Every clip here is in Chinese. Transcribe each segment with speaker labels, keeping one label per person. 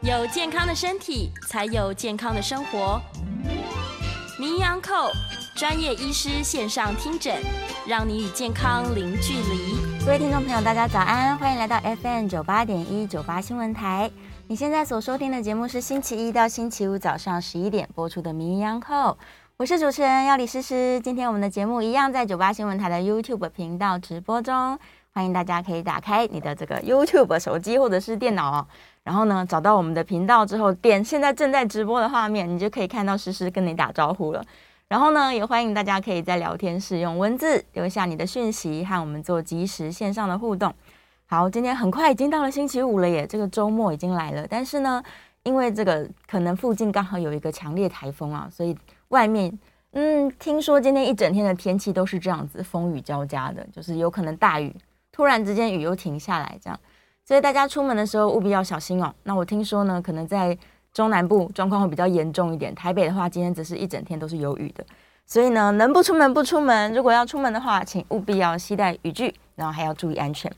Speaker 1: 有健康的身体，才有健康的生活。名医昂扣专业医师线上听诊，让你与健康零距离。
Speaker 2: 各位听众朋友，大家早安，欢迎来到 FM 九八点一九八新闻台。你现在所收听的节目是星期一到星期五早上十一点播出的《名医央叩》，我是主持人要李诗诗。今天我们的节目一样在九八新闻台的 YouTube 频道直播中，欢迎大家可以打开你的这个 YouTube 手机或者是电脑哦，然后呢找到我们的频道之后，点现在正在直播的画面，你就可以看到诗诗跟你打招呼了。然后呢，也欢迎大家可以在聊天室用文字留下你的讯息，和我们做及时线上的互动。好，今天很快已经到了星期五了耶，这个周末已经来了。但是呢，因为这个可能附近刚好有一个强烈台风啊，所以外面嗯，听说今天一整天的天气都是这样子，风雨交加的，就是有可能大雨，突然之间雨又停下来这样。所以大家出门的时候务必要小心哦。那我听说呢，可能在中南部状况会比较严重一点，台北的话今天只是一整天都是有雨的。所以呢，能不出门不出门。如果要出门的话，请务必要携带雨具，然后还要注意安全。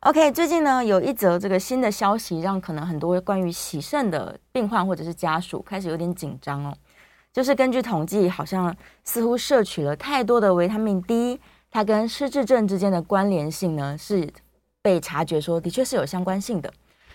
Speaker 2: OK，最近呢有一则这个新的消息，让可能很多关于洗肾的病患或者是家属开始有点紧张哦。就是根据统计，好像似乎摄取了太多的维他命 D，它跟失智症之间的关联性呢是被察觉说的确是有相关性的。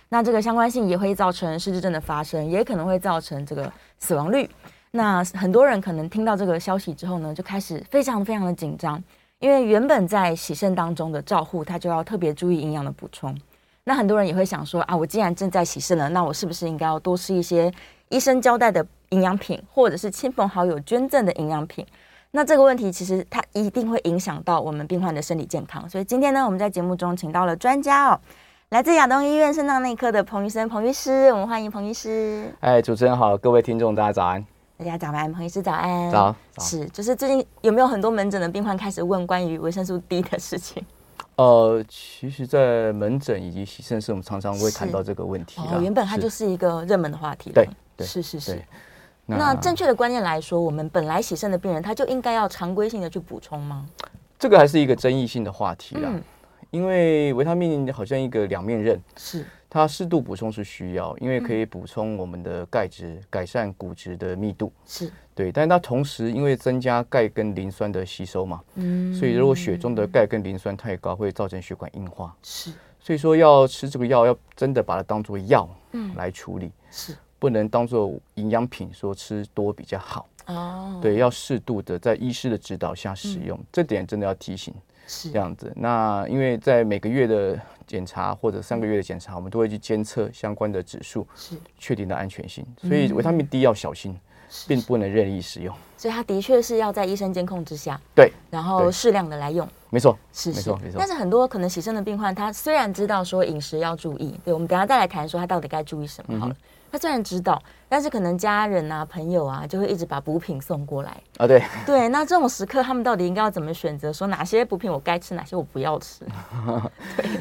Speaker 2: 那这个相关性也会造成失智症的发生，也可能会造成这个死亡率。那很多人可能听到这个消息之后呢，就开始非常非常的紧张，因为原本在洗肾当中的照护，他就要特别注意营养的补充。那很多人也会想说啊，我既然正在洗肾了，那我是不是应该要多吃一些医生交代的营养品，或者是亲朋好友捐赠的营养品？那这个问题其实它一定会影响到我们病患的身体健康。所以今天呢，我们在节目中请到了专家哦，来自亚东医院肾脏内科的彭医生，彭医师，我们欢迎彭医师。
Speaker 3: 哎，主持人好，各位听众大家早安。
Speaker 2: 大家早安，彭医师早安。
Speaker 3: 早早
Speaker 2: 是，就是最近有没有很多门诊的病患开始问关于维生素 D 的事 情？
Speaker 3: 呃，其实，在门诊以及洗肾室，我们常常会谈
Speaker 2: 是
Speaker 3: 到这个问题啦
Speaker 2: 哦，原本它就是一个热门的话题了。
Speaker 3: 啊对对
Speaker 2: 是是是
Speaker 3: 对。
Speaker 2: 那正确的观念来说，我们本来洗肾的病人，他就应该要常规性的去补充吗？
Speaker 3: 这个还是一个争议性的话题啦，
Speaker 2: 嗯
Speaker 3: 因为维他命好像一个两面刃，
Speaker 2: 是
Speaker 3: 它适度补充是需要，因为可
Speaker 2: 嗯
Speaker 3: 以补充我们的钙质，改善骨质的密度。
Speaker 2: 是，
Speaker 3: 对，但它同时因为增加钙跟磷酸的吸收嘛，
Speaker 2: 嗯，
Speaker 3: 所以如果血中的钙跟磷酸太高，会造成血管硬化。
Speaker 2: 是
Speaker 3: 所以说要吃这个药，要真的把它当做药
Speaker 2: 嗯
Speaker 3: 来处理。
Speaker 2: 是
Speaker 3: 不能当做营养品说吃多比较好，
Speaker 2: 哦，
Speaker 3: 对，要适度的在医师的指导下使用，这点真的要提醒
Speaker 2: 是
Speaker 3: 这样子。那因为在每个月的检查或者三个月的检查，我们都会去监测相关的指数，
Speaker 2: 是，
Speaker 3: 确定的安全性，所以维他命 D 要小心，并不能任意使用。
Speaker 2: 所以他的确是要在医生监控之下，
Speaker 3: 对，
Speaker 2: 然后
Speaker 3: 对
Speaker 2: 适量的来用。
Speaker 3: 没错，
Speaker 2: 是
Speaker 3: 没
Speaker 2: 是
Speaker 3: 错，没，错
Speaker 2: 但。是很多可能洗肾的病患，他虽然知道说饮食要注意，对我们等一下再来谈说他到底该注意什
Speaker 3: 嗯
Speaker 2: 么好了。他虽然知道，但是可能家人啊、朋友啊，就会一直把补品送过 来。
Speaker 3: 啊，对，
Speaker 2: 对，那这种时刻，他们到底应该要怎么选择？说哪些补品我该吃，哪些我不要 吃？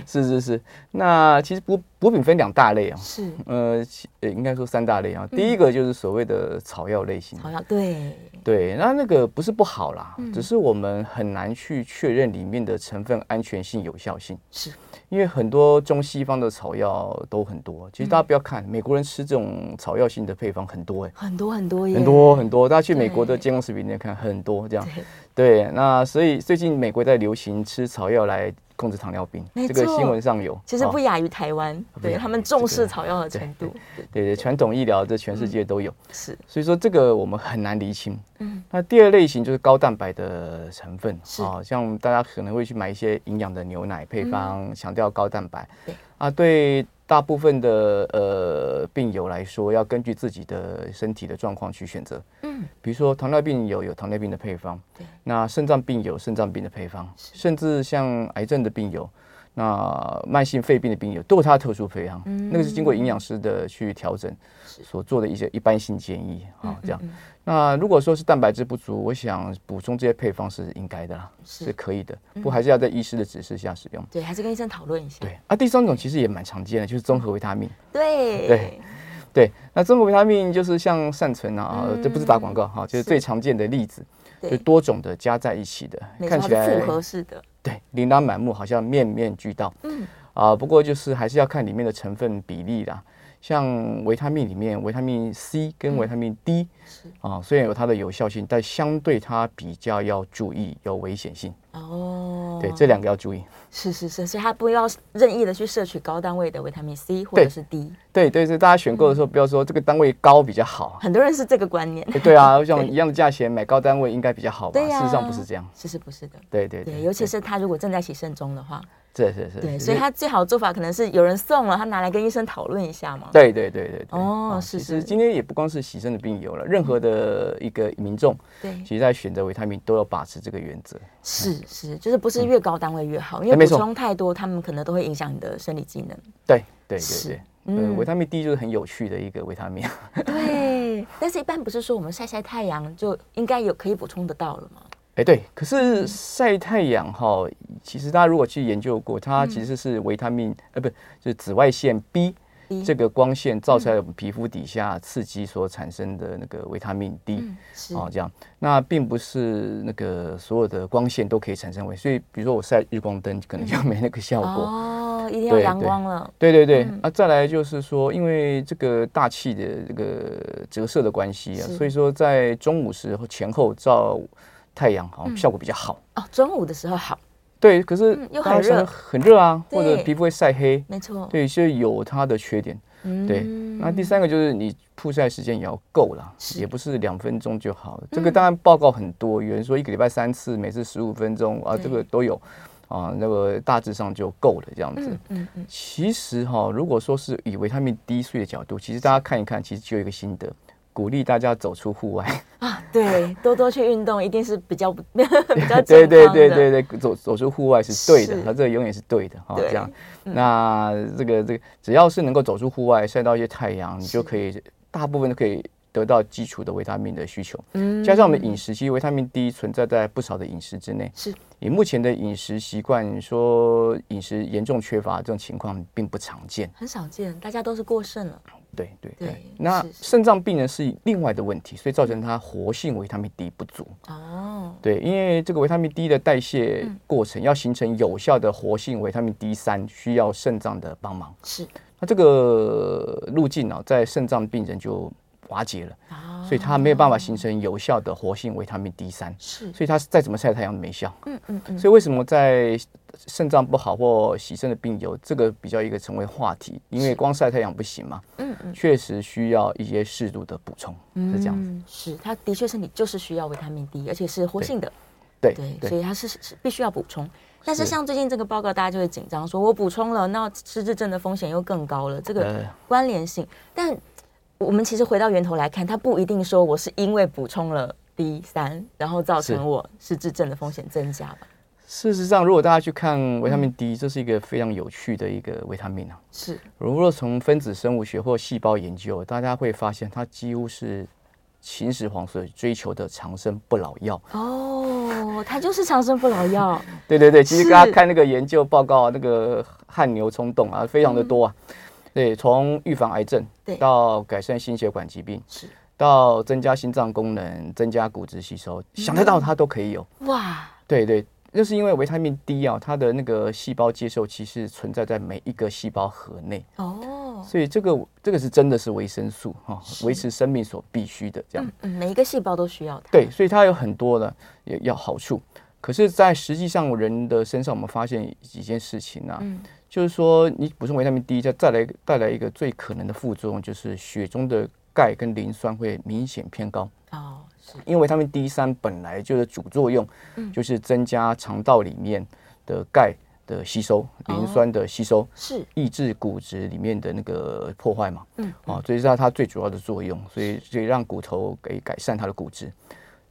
Speaker 3: 是是是。那其实补补品分两大类啊，
Speaker 2: 是，
Speaker 3: 呃，其呃应该说三大类啊。第一个就是所谓的草药类型，
Speaker 2: 好像对，
Speaker 3: 对，那那个不是不好啦，
Speaker 2: 嗯
Speaker 3: 只是我们很难去确认里面的成分安全性、有效性，
Speaker 2: 是
Speaker 3: 因为很多中西方的草药都很多。其实
Speaker 2: 嗯
Speaker 3: 大家不要看、美国人吃这种草药性的配方很多哎、
Speaker 2: 很多很多耶，
Speaker 3: 很多啊很多，大家去美国的
Speaker 2: 对
Speaker 3: 健康食品店看很多这样。
Speaker 2: 对
Speaker 3: 对，那所以最近美国在流行吃草药来控制糖尿病，
Speaker 2: 没
Speaker 3: 这个
Speaker 2: 错
Speaker 3: 新闻上有。
Speaker 2: 其实
Speaker 3: 哦
Speaker 2: 不亚于台湾，
Speaker 3: 不亚
Speaker 2: 对
Speaker 3: 于
Speaker 2: 他们重
Speaker 3: 这
Speaker 2: 视
Speaker 3: 个
Speaker 2: 草药的程度，对
Speaker 3: 对对，传统医疗这
Speaker 2: 嗯
Speaker 3: 全世界都有。
Speaker 2: 是
Speaker 3: 所以说这个我们很难厘清。
Speaker 2: 嗯
Speaker 3: 嗯，那第二类型就是高蛋白的成分，哦
Speaker 2: 是
Speaker 3: 像大家可能会去买一些营养的牛奶配方，强调高蛋白。
Speaker 2: 嗯对
Speaker 3: 啊，对大部分的呃病友来说，要根据自己的身体的状况去选择。
Speaker 2: 嗯
Speaker 3: 嗯，比如说糖尿病有有糖尿病的配方，
Speaker 2: 对，
Speaker 3: 那肾脏病有肾脏病的配方，甚至像癌症的病友。那慢性肺病的病友都有它的特殊配方，
Speaker 2: 嗯
Speaker 3: 那个是经过营养师的去调整，所做的一些一般性建议
Speaker 2: 嗯
Speaker 3: 啊，这样。那如果说是蛋白质不足，我想补充这些配方是应该的啦，
Speaker 2: 是嗯
Speaker 3: 是可以的，不过还是要在医师的指示下使用。
Speaker 2: 对，还是跟医生讨论一下，
Speaker 3: 对啊，第三种其实也蛮常见的，就是综合维他命。
Speaker 2: 对
Speaker 3: 对对，那综合维他命就是像善存啊，这不是打广告哈，就是最常见的例子，就
Speaker 2: 嗯对，
Speaker 3: 多种的加在一起的，
Speaker 2: 没错，
Speaker 3: 看
Speaker 2: 它
Speaker 3: 起
Speaker 2: 是
Speaker 3: 来
Speaker 2: 复合式的，
Speaker 3: 对琳琅满目，好像面面俱到。
Speaker 2: 嗯
Speaker 3: 啊、不过就是还是要看里面的成分比例啦。像维他命里面，维他命 C
Speaker 2: 嗯
Speaker 3: 跟维他命 D 啊，虽然有它的有效性，但相对它比较要注意有危险性。
Speaker 2: 哦，
Speaker 3: 对，这两个要注意。
Speaker 2: 是是是，所以他不要任意的去摄取高单位的维他命 C 或者是 D，
Speaker 3: 对对，所以大家选购的时候不要说这个单位高比 较好。
Speaker 2: 很多人是这个观念。
Speaker 3: 诶对啊，像一样的价钱买高单位应该比较好吧？
Speaker 2: 对呀
Speaker 3: 事实上不是这样。
Speaker 2: 其实不是的，
Speaker 3: 对对
Speaker 2: 对，尤其是他如果正在洗肾中的话，
Speaker 3: 这是是，
Speaker 2: 对，
Speaker 3: 是
Speaker 2: 所以他最好的做法可能是有人送了，他拿来跟医生讨论一下嘛。
Speaker 3: 对对对对对。
Speaker 2: 哦
Speaker 3: 啊
Speaker 2: 是
Speaker 3: 其
Speaker 2: 是嗯
Speaker 3: 实今天也不光是洗肾的病友了，任何的一个民众，
Speaker 2: 对
Speaker 3: 其实在选择维他命都要把持这个原则。
Speaker 2: 是是，就是不是越高单位越好，因
Speaker 3: 嗯哎
Speaker 2: 为
Speaker 3: 没
Speaker 2: 补
Speaker 3: 错
Speaker 2: 充太多，他们可能都会影响你的生理机 能。
Speaker 3: 对对
Speaker 2: 是
Speaker 3: 对对。
Speaker 2: 嗯
Speaker 3: 呃，维他命 D 就是很有趣的一个维他命，
Speaker 2: 对，但是一般不是说我们晒晒太阳就应该有可以补充得到了吗？
Speaker 3: 哎，对，可是晒太阳哈，其实大家如果去研究过，它
Speaker 2: 嗯
Speaker 3: 其实是维他命，呃，不就是紫外线 B
Speaker 2: 一
Speaker 3: 这个光线照
Speaker 2: 嗯
Speaker 3: 射在我们皮肤底下刺激所产生的那个维他命 D
Speaker 2: 嗯是
Speaker 3: 哦，这样，那并不是那个所有的光线都可以产生维，所以比如说我晒日光灯，可能就没那个效果。
Speaker 2: 哦，一定要
Speaker 3: 对
Speaker 2: 阳
Speaker 3: 对
Speaker 2: 光了。
Speaker 3: 对对对，
Speaker 2: 嗯
Speaker 3: 啊，再来就是说，因为这个大气的这个折射的关系啊
Speaker 2: 是，
Speaker 3: 所以说在中午时候前后照太阳好像效果比较好。
Speaker 2: 哦，中午的时候好，
Speaker 3: 对，可是
Speaker 2: 嗯又很
Speaker 3: 大家
Speaker 2: 热
Speaker 3: 想很热啊，
Speaker 2: 对
Speaker 3: 或者皮肤会晒黑，
Speaker 2: 没错。嗯
Speaker 3: 对，所以有它的缺点。对，那第三个就是你曝晒时间也要够啦，
Speaker 2: 是嗯
Speaker 3: 也不是两分钟就好了。这个当然报告很多，有人说一个礼拜三次，每次十五分钟啊，
Speaker 2: 对
Speaker 3: 这个都有啊，那个大致上就够了这样子。
Speaker 2: 嗯嗯，
Speaker 3: 其实哈、如果说是以维他命 D 素的角度，其实大家看一看，其实就有一个心得，鼓励大家走出户外。
Speaker 2: 对，多多去运动一定是比较不 比较健康的。
Speaker 3: 对对对对对，走走出户外是对的
Speaker 2: 是，
Speaker 3: 它这个永远是对的哈、
Speaker 2: 对嗯
Speaker 3: 这样，那这个这个只要是能够走出户外，晒到一些太阳，你
Speaker 2: 是
Speaker 3: 就可以大部分都可以得到基础的维他命的需求。
Speaker 2: 嗯
Speaker 3: 加上我们饮食，其实维他命 D 存在在不少的饮食之内。
Speaker 2: 是
Speaker 3: 以目前的饮食习惯，说饮食严重缺乏这种情况并不常见。
Speaker 2: 很少见，大家都是过剩了。
Speaker 3: 对对
Speaker 2: 对
Speaker 3: 对，那
Speaker 2: 是是
Speaker 3: 肾脏病人是另外的问题，所以造成它活性维他命 D 不足。
Speaker 2: 哦，
Speaker 3: 对，因为这个维他命 D 的代谢
Speaker 2: 嗯
Speaker 3: 过程要形成有效的活性维他命 D 三，需要肾脏的帮忙。
Speaker 2: 是
Speaker 3: 那这个路径啊，在肾脏病人就瓦解了，
Speaker 2: 啊，
Speaker 3: 所以它没有办法形成有效的活性维他命 D 三，
Speaker 2: 是
Speaker 3: 所以它再怎么晒太阳都没效。
Speaker 2: 嗯嗯嗯，
Speaker 3: 所以为什么在肾脏不好或洗肾的病友，这个比较一个成为话题？因为光晒太阳不行嘛，
Speaker 2: 嗯嗯
Speaker 3: 确实需要一些适度的补充，是这样子。
Speaker 2: 嗯，是，它的确身体就是需要维他命 D，而且是活性的，
Speaker 3: 对
Speaker 2: 对，所
Speaker 3: 对
Speaker 2: 以它是是是必须要补充。但是
Speaker 3: 是
Speaker 2: 像最近这个报告，大家就会紧张，说我补充了，那失智症的风险又更高了，这个
Speaker 3: 呃
Speaker 2: 关联性。但我们其实回到源头来看，它不一定说我是因为补充了 D 三，然后造
Speaker 3: 是
Speaker 2: 成我失智症的风险增加吧？
Speaker 3: 事实上，如果大家去看维他命 D，这是一个非常有趣的一个维他命啊。
Speaker 2: 是
Speaker 3: 如果从分子生物学或细胞研究，大家会发现它几乎是秦始皇所追求的长生不老药。
Speaker 2: 哦，它就是长生不老药，
Speaker 3: 对对对，其
Speaker 2: 是
Speaker 3: 实大家看那个研究报告啊，那个汗牛充栋啊，非常的多啊。对，从预防癌症
Speaker 2: 嗯对
Speaker 3: 到改善心血管疾病，
Speaker 2: 是
Speaker 3: 到增加心脏功能、增加骨质吸
Speaker 2: 嗯
Speaker 3: 收，想得到它都可以有。
Speaker 2: 哇，
Speaker 3: 对对，那是因为维他命 D 啊，它的那个细胞接受器是存在在每一个细胞核内，
Speaker 2: 哦，
Speaker 3: 所以这个这个是真的是维生素哈、维持生命所必须的这样。
Speaker 2: 嗯，每一个细胞都需要它。
Speaker 3: 对，所以它有很多的也要好处。可是，在实际上人的身上，我们发现一件事情啊，
Speaker 2: 嗯
Speaker 3: 就是说你补充维他命 D，再再来带来一个最可能的副作用，就是血中的钙跟磷酸会明显偏高。
Speaker 2: 哦，是
Speaker 3: 因为维他命 D 三本来就是主作用，就是增加肠道里面的钙的吸收、磷酸的吸收，
Speaker 2: 是
Speaker 3: 抑制骨质里面的那个破坏嘛。
Speaker 2: 嗯
Speaker 3: 啊，所以是它它最主要的作用，所以所以让骨头给改善它的骨质。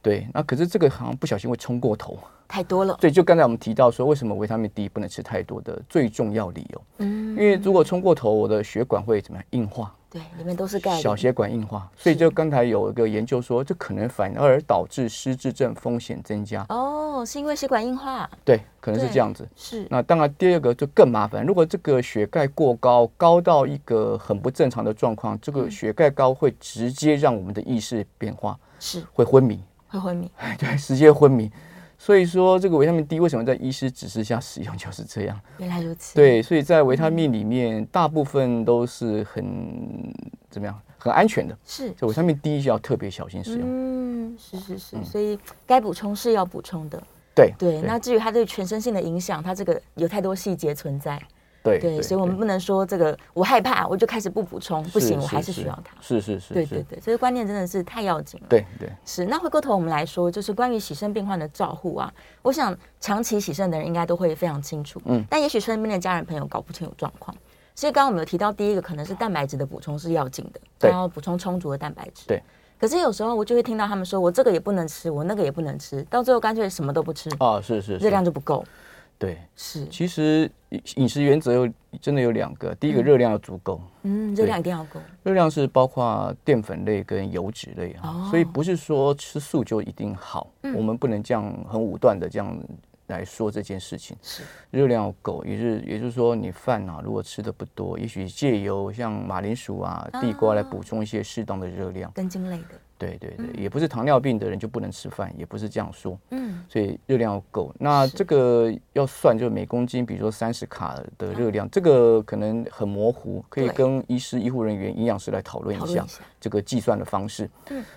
Speaker 3: 对，那可是这个好像不小心会冲过头，
Speaker 2: 太多了。
Speaker 3: 所以就刚才我们提到说，为什么维他命 D 不能吃太多的最重要理由，因
Speaker 2: 嗯，
Speaker 3: 为如果冲过头，我的血管会怎么样硬化，
Speaker 2: 对，里面都是钙。
Speaker 3: 小血管硬化，所以就刚才有一个研究说，这可能反而导致失智症风险增加，
Speaker 2: 哦，是因为血管硬化，
Speaker 3: 对，可能是
Speaker 2: 对
Speaker 3: 这样子。
Speaker 2: 是
Speaker 3: 那当然，第二个就更麻烦。如果这个血钙过高，高到一个很不正常的状况，这
Speaker 2: 嗯
Speaker 3: 个血钙高会直接让我们的意识变化，
Speaker 2: 是
Speaker 3: 会昏迷，
Speaker 2: 会昏迷，
Speaker 3: 对，直接昏迷。所以说，这个维他命 D 为什么在医师指示下使用就是这样？
Speaker 2: 原来如此。，
Speaker 3: 对，所以在维他命里面，大部分都是很怎么样，很安全的。
Speaker 2: 是，
Speaker 3: 所以维他命 D 要特别小心使用。
Speaker 2: 嗯，是是是，所以该补充是要补充的。
Speaker 3: 对
Speaker 2: 对，那至于它对全身性的影响，它这个有太多细节存在。
Speaker 3: 对
Speaker 2: 对，所以我们不能说这个我害怕我就开始不补充，不行，我还是需要它。
Speaker 3: 是是是，
Speaker 2: 对
Speaker 3: 是
Speaker 2: 对对，所以观念真的是太要紧了。
Speaker 3: 对对
Speaker 2: 是，那回过头我们来说，就是关于洗肾病患的照护啊，我想长期洗肾的人应该都会非常清楚，嗯
Speaker 3: 嗯，
Speaker 2: 但也许身边的家人朋友搞不清楚状况。所以刚刚我们有提到，第一个可能是蛋白质的补充是要紧的，
Speaker 3: 对
Speaker 2: 要补充充足的蛋白质。
Speaker 3: 对。
Speaker 2: 可是有时候我就会听到他们说，我这个也不能吃，我那个也不能吃，到最后干脆什么都不吃，
Speaker 3: 啊，是是
Speaker 2: 热
Speaker 3: 是，
Speaker 2: 量就不够。
Speaker 3: 对。
Speaker 2: 是，
Speaker 3: 其实饮饮食原则有真的有两个，第一个热量要足够，
Speaker 2: 嗯，热量一定要够。
Speaker 3: 热量是包括淀粉类跟油脂类啊，所以不是说吃素就一定好，我们不能这样很武断的这样来说这件事情。
Speaker 2: 是，
Speaker 3: 热量要够，也是也就是说你饭啊，如果吃的不多，也许借由像马铃薯啊、地瓜来补充一些适当的热量。
Speaker 2: 根茎类的，
Speaker 3: 对对对，也不是糖尿病的人就不能吃饭，也不是这样说。
Speaker 2: 嗯，
Speaker 3: 所以热量要够。那这个要算，就是每公斤，比如说三十卡的热量，这个可能很模糊，可以
Speaker 2: 嗯对
Speaker 3: 跟医师、医护人员、营养师来讨论
Speaker 2: 讨
Speaker 3: 一
Speaker 2: 论
Speaker 3: 下
Speaker 2: 一下嗯
Speaker 3: 这个计算的方式。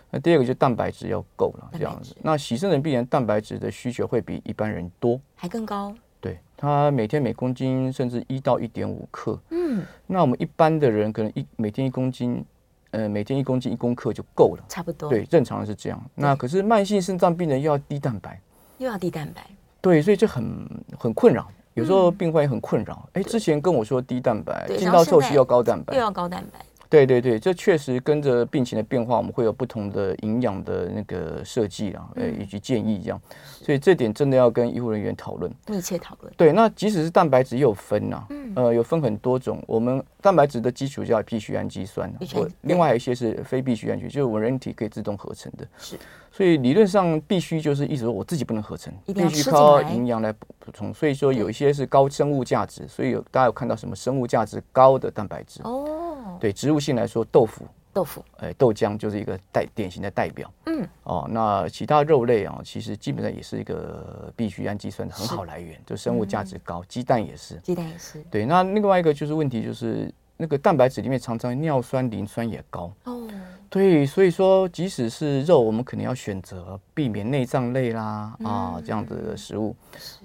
Speaker 3: 那第二个就蛋白质要够了，
Speaker 2: 蛋白质
Speaker 3: 这样子。那洗肾的病人蛋白质的需求会比一般人多，
Speaker 2: 还更高。
Speaker 3: 对他每天每公斤甚至一到一点五克。
Speaker 2: 嗯，
Speaker 3: 那我们一般的人可能一每天一公斤，呃，每天一公斤一公克就够了。
Speaker 2: 差不多。
Speaker 3: 对，，正常是这样。那可是慢性肾脏病人又要低蛋白。
Speaker 2: 又要低蛋白，
Speaker 3: 对，所以这很很困扰。有时候病患也很困扰，哎、之前跟我说低蛋白，
Speaker 2: 嗯对
Speaker 3: 进
Speaker 2: 然后
Speaker 3: 到
Speaker 2: 现
Speaker 3: 后期
Speaker 2: 在
Speaker 3: 要高蛋
Speaker 2: 又
Speaker 3: 白，
Speaker 2: 要高蛋白。
Speaker 3: 对对对，这确实跟着病情的变化，我们会有不同的营养的那个设计啊，呃、
Speaker 2: 嗯
Speaker 3: 以及建议这样，所以这点真的要跟医护人员讨论。
Speaker 2: 密切讨论。
Speaker 3: 对，那即使是蛋白质也有分呐、
Speaker 2: 嗯
Speaker 3: 呃，有分很多种。我们蛋白质的基础叫必需氨基酸
Speaker 2: 必，需氨
Speaker 3: 或
Speaker 2: 基对
Speaker 3: 另外还有一些是非必需氨基，就是我们人体可以自动合成的。
Speaker 2: 是，
Speaker 3: 所以理论上必须就是意思说我自己不能合成，
Speaker 2: 一定要
Speaker 3: 必须
Speaker 2: 吃
Speaker 3: 靠
Speaker 2: 进来
Speaker 3: 营养来补补充。所以说有一些是高生物价值，所以有大家有看到什么生物价值高的蛋白质？
Speaker 2: 哦，
Speaker 3: 对，植物性来说，豆腐、
Speaker 2: 豆腐
Speaker 3: 呃豆浆就是一个代典型的代表。
Speaker 2: 嗯，
Speaker 3: 哦，那其他肉类啊，其实基本上也是一个必需氨基酸的很好来源，就生物价值高。鸡蛋也是。
Speaker 2: 鸡蛋也是。
Speaker 3: 对，那另外一个就是问题就是那个蛋白质里面常常尿酸、磷酸也高。
Speaker 2: 哦，
Speaker 3: 对，所以说即使是肉，我们可能要选择避免内脏类啦啊这样子的食物，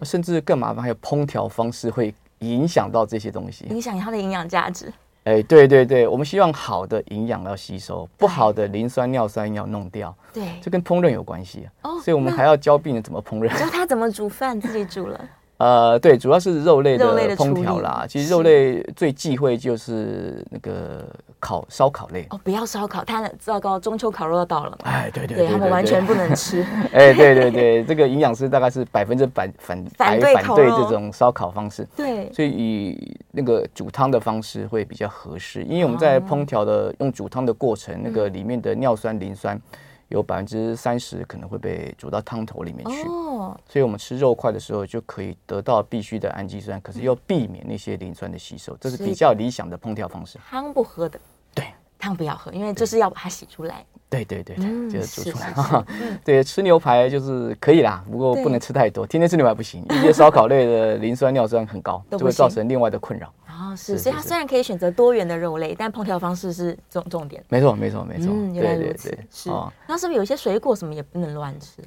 Speaker 3: 甚至更麻烦，还有烹调方式会影响到这些东西。
Speaker 2: 影响它的营养价值。
Speaker 3: 哎，对对对，我们希望好的营养要吸收，不好的磷酸尿酸要弄掉，
Speaker 2: 对，
Speaker 3: 这跟烹饪有关系啊。
Speaker 2: 哦
Speaker 3: 所以我们
Speaker 2: 那
Speaker 3: 还要教病人怎么烹饪。
Speaker 2: 教他怎么煮饭，自己煮了。
Speaker 3: 呃，对，主要是肉类
Speaker 2: 肉类的
Speaker 3: 的烹
Speaker 2: 处
Speaker 3: 调
Speaker 2: 理
Speaker 3: 啦。其实
Speaker 2: 是
Speaker 3: 肉类最忌讳就是那个烤烧烤类。
Speaker 2: 哦，不要烧烤，他糟糕，中秋烤肉要到了，
Speaker 3: 哎，对对
Speaker 2: 对他们完全不能吃。
Speaker 3: 哎，对对对，这个营养师大概是百分之百反
Speaker 2: 反
Speaker 3: 反
Speaker 2: 对
Speaker 3: 反
Speaker 2: 烤
Speaker 3: 对
Speaker 2: 肉
Speaker 3: 这种烧烤方式，
Speaker 2: 对，
Speaker 3: 所以以那个煮汤的方式会比较合适，因为我们
Speaker 2: 哦
Speaker 3: 在烹调的用煮汤的过程，那
Speaker 2: 嗯
Speaker 3: 个里面的尿酸、磷酸有百分之三十可能会被煮到汤头里面去，
Speaker 2: 哦，
Speaker 3: 所以我们吃肉块的时候就可以得到必须的氨基酸，可是又避免那些磷酸的吸收，这
Speaker 2: 嗯
Speaker 3: 是
Speaker 2: 是的
Speaker 3: 比较理想的烹调方式。
Speaker 2: 汤不喝的，
Speaker 3: 对，
Speaker 2: 汤不要喝，因为就是要把它洗出来。
Speaker 3: 对对对
Speaker 2: 嗯
Speaker 3: 对，就是
Speaker 2: 是
Speaker 3: 煮出来
Speaker 2: 是
Speaker 3: 哈。 对，吃牛排就是可以啦，不过
Speaker 2: 对
Speaker 3: 不能吃太多，天天吃牛排不行，一些烧烤类的磷酸、尿酸很高，
Speaker 2: 都
Speaker 3: 就
Speaker 2: 不行
Speaker 3: 会造成另外的困扰。
Speaker 2: 哦，是，
Speaker 3: 是
Speaker 2: 所以
Speaker 3: 是
Speaker 2: 它
Speaker 3: 是
Speaker 2: 虽然可以选择多元的肉类，但烹调方式是重重点。
Speaker 3: 没错，没错，没错，
Speaker 2: 嗯原来
Speaker 3: 对
Speaker 2: 如
Speaker 3: 对
Speaker 2: 此
Speaker 3: 对，，
Speaker 2: 是。
Speaker 3: 啊
Speaker 2: 那是不是有一些水果什么也不能乱吃？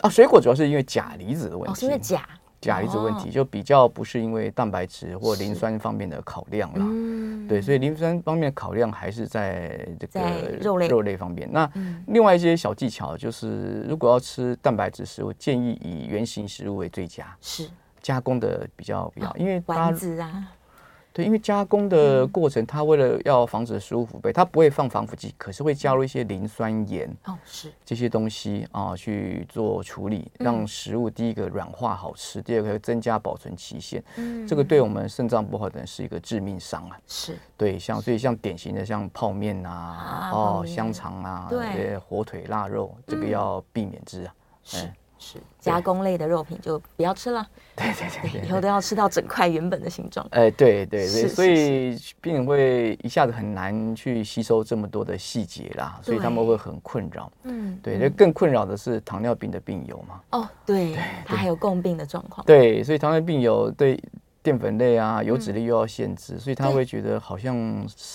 Speaker 3: 啊，水果主要是因为钾离子的问
Speaker 2: 哦，是
Speaker 3: 题，
Speaker 2: 因为钾。哦
Speaker 3: 钾离子问题就比较不是因为蛋白质或磷酸方面的考量啦。
Speaker 2: 嗯，
Speaker 3: 对，所以磷酸方面的考量还是在这
Speaker 2: 在
Speaker 3: 个
Speaker 2: 肉类嗯
Speaker 3: 肉类方面。那另外一些小技巧就是，如果要吃蛋白质食物，建议以原形食物为最佳。
Speaker 2: 是
Speaker 3: 加工的比较比较，因为大
Speaker 2: 哦丸
Speaker 3: 家
Speaker 2: 子嗯啊，
Speaker 3: 对，因为加工的过程，它为了要防止食物腐败，它不会放防腐剂，可是会加入一些磷酸盐
Speaker 2: 哦，是
Speaker 3: 这些东西啊去做处理，
Speaker 2: 嗯
Speaker 3: 让食物第一个软化好吃，第二个增加保存期限。
Speaker 2: 嗯
Speaker 3: 这个对我们肾脏不好的人是一个致命伤啊。
Speaker 2: 是，
Speaker 3: 对，像所以像典型的像泡面啊，
Speaker 2: 泡
Speaker 3: 哦
Speaker 2: 面
Speaker 3: 香肠啊，
Speaker 2: 对嗯
Speaker 3: 这些火腿、腊肉，这个要避免之啊。
Speaker 2: 是
Speaker 3: 哎
Speaker 2: 吃，加工类的肉品就不要吃了，
Speaker 3: 对对对对
Speaker 2: 以后都要吃到整块原本的形状。
Speaker 3: 哎，对对
Speaker 2: 是
Speaker 3: 对，所
Speaker 2: 是
Speaker 3: 以病人会一下子很难去吸收这么多的细节啦，所以他们
Speaker 2: 对
Speaker 3: 会很困扰。
Speaker 2: 嗯，
Speaker 3: 对，那更困扰的是糖尿病的病友嘛。
Speaker 2: 哦，对，它还有共病的状况。
Speaker 3: 对，所以糖尿病友对淀粉类啊、油脂类又要限制，所以他
Speaker 2: 对
Speaker 3: 会觉得好像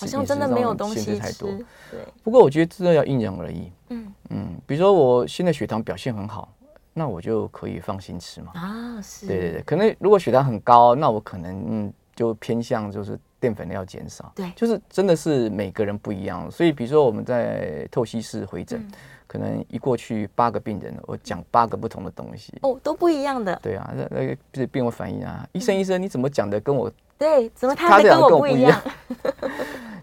Speaker 3: 好
Speaker 2: 好像真的没有东
Speaker 3: 限
Speaker 2: 西
Speaker 3: 制太
Speaker 2: 吃
Speaker 3: 多。，
Speaker 2: 对，
Speaker 3: 不过我觉得真的要因人而异。
Speaker 2: 嗯
Speaker 3: 嗯，比如说我现在血糖表现很好，那我就可以放心吃嘛。
Speaker 2: 啊，是，
Speaker 3: 对对对，可能如果血糖很高，那我可能嗯就偏向就是淀粉类要减少。
Speaker 2: 对
Speaker 3: 就是真的是每个人不一样，所以比如说我们在透析室回诊，
Speaker 2: 嗯
Speaker 3: 可能一过去八个病人，我讲八个不同的东西。
Speaker 2: 哦，都不一样的，
Speaker 3: 对啊，那那个是病友反应啊，医生医生，你怎么讲的跟我
Speaker 2: 对，怎么它
Speaker 3: 他
Speaker 2: 的嗯跟
Speaker 3: 这两个
Speaker 2: 我不
Speaker 3: 跟我不
Speaker 2: 一
Speaker 3: 一
Speaker 2: 样
Speaker 3: 样？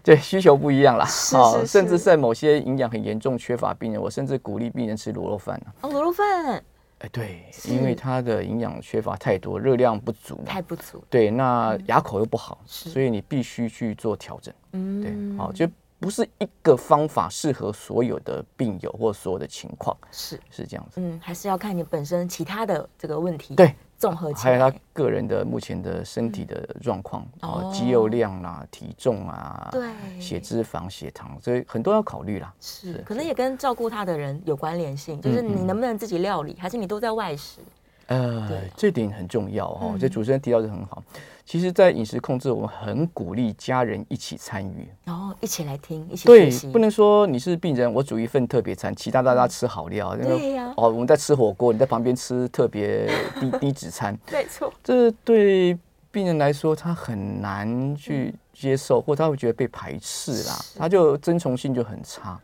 Speaker 3: 对需求不一样啦？哦
Speaker 2: 是是
Speaker 3: 甚至
Speaker 2: 是
Speaker 3: 在某些营养很严重缺乏病人，我甚至鼓励病人吃卤肉饭啊。
Speaker 2: 哦，卤肉饭
Speaker 3: 哎，对，因
Speaker 2: 是
Speaker 3: 为他的营养缺乏太多，热量不足嘛
Speaker 2: 太不足，
Speaker 3: 对，那牙口又不好，
Speaker 2: 是
Speaker 3: 所以你必须去做调整。对，
Speaker 2: 嗯，
Speaker 3: 好、就不是一个方法适合所有的病友或所有的情况，
Speaker 2: 是，
Speaker 3: 是这样子。
Speaker 2: 嗯，还是要看你本身其他的这个问题，
Speaker 3: 对，
Speaker 2: 综合起
Speaker 3: 还有他
Speaker 2: 来，
Speaker 3: 个人的目前的身体的状况，
Speaker 2: 嗯
Speaker 3: 哦
Speaker 2: 哦，
Speaker 3: 肌肉量啦、体重啊，
Speaker 2: 对
Speaker 3: 血脂肪、血糖，所以很多要考虑啦。
Speaker 2: 是，可能也跟照顾他的人有关联性，就是
Speaker 3: 嗯
Speaker 2: 你
Speaker 3: 嗯
Speaker 2: 能不能自己料理，还是你都在外食？
Speaker 3: 呃
Speaker 2: 对，
Speaker 3: 这点很重要哦。
Speaker 2: 嗯
Speaker 3: 这主持人提到的很好。其实，在饮食控制，我们很鼓励家人一起参与。
Speaker 2: 然后一起来听，一起学
Speaker 3: 对
Speaker 2: 习，，
Speaker 3: 不能说你是病人，我煮一份特别餐，其他大家吃好料。那个
Speaker 2: 嗯对呀
Speaker 3: 哦，我们在吃火锅，你在旁边吃特别 低低脂餐，
Speaker 2: 没错，
Speaker 3: 这对病人来说，他很难去接受，或他会觉得被排斥啦，他就遵从性就很差。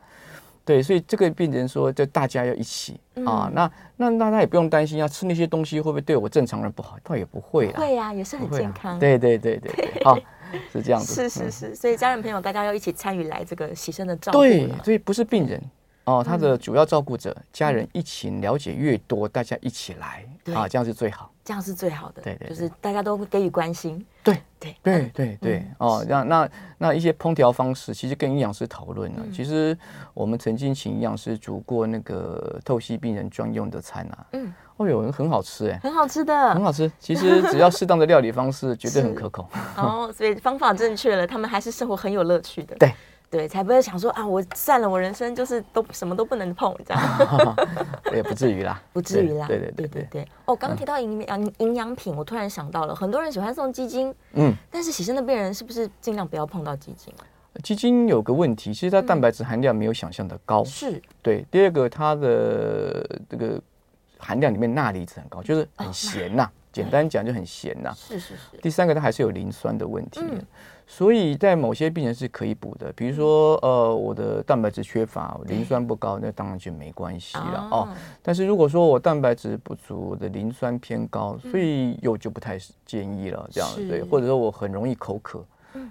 Speaker 3: 对，所以这个病人说，就大家要一起、
Speaker 2: 嗯
Speaker 3: 啊，那那那他也不用担心啊，吃那些东西会不会对我正常人不好？倒也不会啦，
Speaker 2: 会呀，也是
Speaker 3: 不
Speaker 2: 很
Speaker 3: 会啦啊
Speaker 2: 健康，。
Speaker 3: 对对对对对，好，是这样
Speaker 2: 是
Speaker 3: 子。
Speaker 2: 是是，所以家人朋友大家要一起参与来这个牺牲的照顾
Speaker 3: 嗯对
Speaker 2: 了，
Speaker 3: 所以不是病人哦，他
Speaker 2: 嗯
Speaker 3: 的主要照顾者、家人一起了解越多，大家一起来
Speaker 2: 对
Speaker 3: 啊，这样是最好。
Speaker 2: 这样是最好的。
Speaker 3: 对对对
Speaker 2: 就是大家都给予关心。
Speaker 3: 对
Speaker 2: 对嗯
Speaker 3: 对对对，哦，那那那一些烹调方式，其实跟营养师讨论
Speaker 2: 嗯
Speaker 3: 了。其实我们曾经请营养师煮过那个透析病人专用的餐啊，
Speaker 2: 嗯
Speaker 3: 嗯，哦哟，很好吃哎，
Speaker 2: 很好吃的
Speaker 3: 很。好吃。其实只要适当的料理方式，绝对很
Speaker 2: 是
Speaker 3: 可口。
Speaker 2: 哦，所以方法正确了，他们还是生活很有乐趣的。
Speaker 3: 对
Speaker 2: 对，才不会想说啊，我算了，我人生就是都什么都不能碰这 样，
Speaker 3: 也不至于啦，
Speaker 2: 不至于啦。
Speaker 3: 对对
Speaker 2: 对
Speaker 3: 对对对，
Speaker 2: 对。哦，刚刚提到营养营养品，我突然想到了，很多人喜欢送鸡精，
Speaker 3: 嗯。
Speaker 2: 但是洗身的病人是不是尽量不要碰到鸡精？啊
Speaker 3: 鸡精有个问题，其实它蛋白质含量没有想象的高，
Speaker 2: 嗯是
Speaker 3: 对，第二个它的这个含量里面钠离子很高，就是
Speaker 2: 哦
Speaker 3: 很咸呐、简单讲就很咸呐、
Speaker 2: 是是是，
Speaker 3: 第三个它还是有磷酸的问题的
Speaker 2: 嗯
Speaker 3: 所以在某些病人是可以补的，比如说呃我的蛋白质缺乏，磷酸不高，那当然就没关系了哦
Speaker 2: 哦
Speaker 3: 但是如果说我蛋白质不足，我的磷酸偏高，所以有就不太建议了，这样
Speaker 2: 嗯是嗯
Speaker 3: 对，或者说我很容易口渴。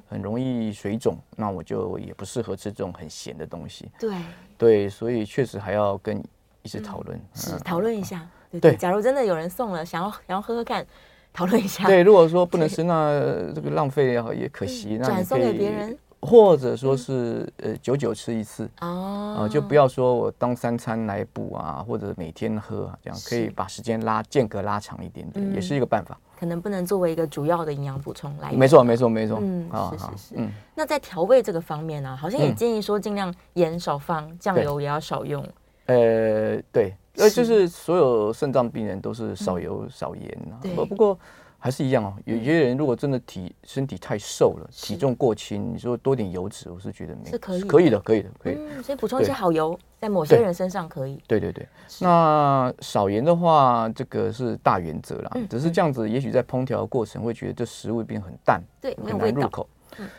Speaker 3: 很容易水肿，那我就也不适合吃这种很咸的东西。
Speaker 2: 对，
Speaker 3: 对，所以确实还要跟医师讨论。
Speaker 2: 是
Speaker 3: 嗯
Speaker 2: 讨论一下。对
Speaker 3: 对
Speaker 2: 对，假如真的有人送了，想要想要喝喝看，讨论一下。
Speaker 3: 对，如果说不能吃，那呃这个浪费也好，也可惜。
Speaker 2: 嗯
Speaker 3: 那
Speaker 2: 转
Speaker 3: 你
Speaker 2: 送
Speaker 3: 可
Speaker 2: 给
Speaker 3: 以
Speaker 2: 别人，
Speaker 3: 或者说是呃久久吃一次
Speaker 2: 嗯哦，
Speaker 3: 啊，就不要说我当三餐来补啊，或者每天喝啊，这样可以把时间拉间隔拉长一点
Speaker 2: 嗯
Speaker 3: 点，也是一个办法。
Speaker 2: 可能不能作为一个主要的营养补充来源。
Speaker 3: 没错，没错，没错。
Speaker 2: 嗯
Speaker 3: 好
Speaker 2: 是是
Speaker 3: 好
Speaker 2: 是
Speaker 3: 嗯，
Speaker 2: 那在调味这个方面呢、好像也
Speaker 3: 嗯
Speaker 2: 建议说尽量盐少放，酱油也要少用。
Speaker 3: 呃，对，呃，就是是所有肾脏病人都是少油少盐啊
Speaker 2: 嗯对。嗯
Speaker 3: 不不过还是一样哦，有些人如果真的体身体太瘦了，体重过轻，你说多点油脂，我是觉得没
Speaker 2: 是可以
Speaker 3: 可以的，可以的，可以的。
Speaker 2: 嗯，所以补充一些
Speaker 3: 对
Speaker 2: 好油，在某些
Speaker 3: 对
Speaker 2: 人身上可以。
Speaker 3: 对对对，那少盐的话，这个是大原则啦。
Speaker 2: 嗯
Speaker 3: 只是这样子，也许在烹调的过程会觉得这食物变很淡，
Speaker 2: 对，没有
Speaker 3: 很
Speaker 2: 味
Speaker 3: 难入
Speaker 2: 道。嗯
Speaker 3: 口。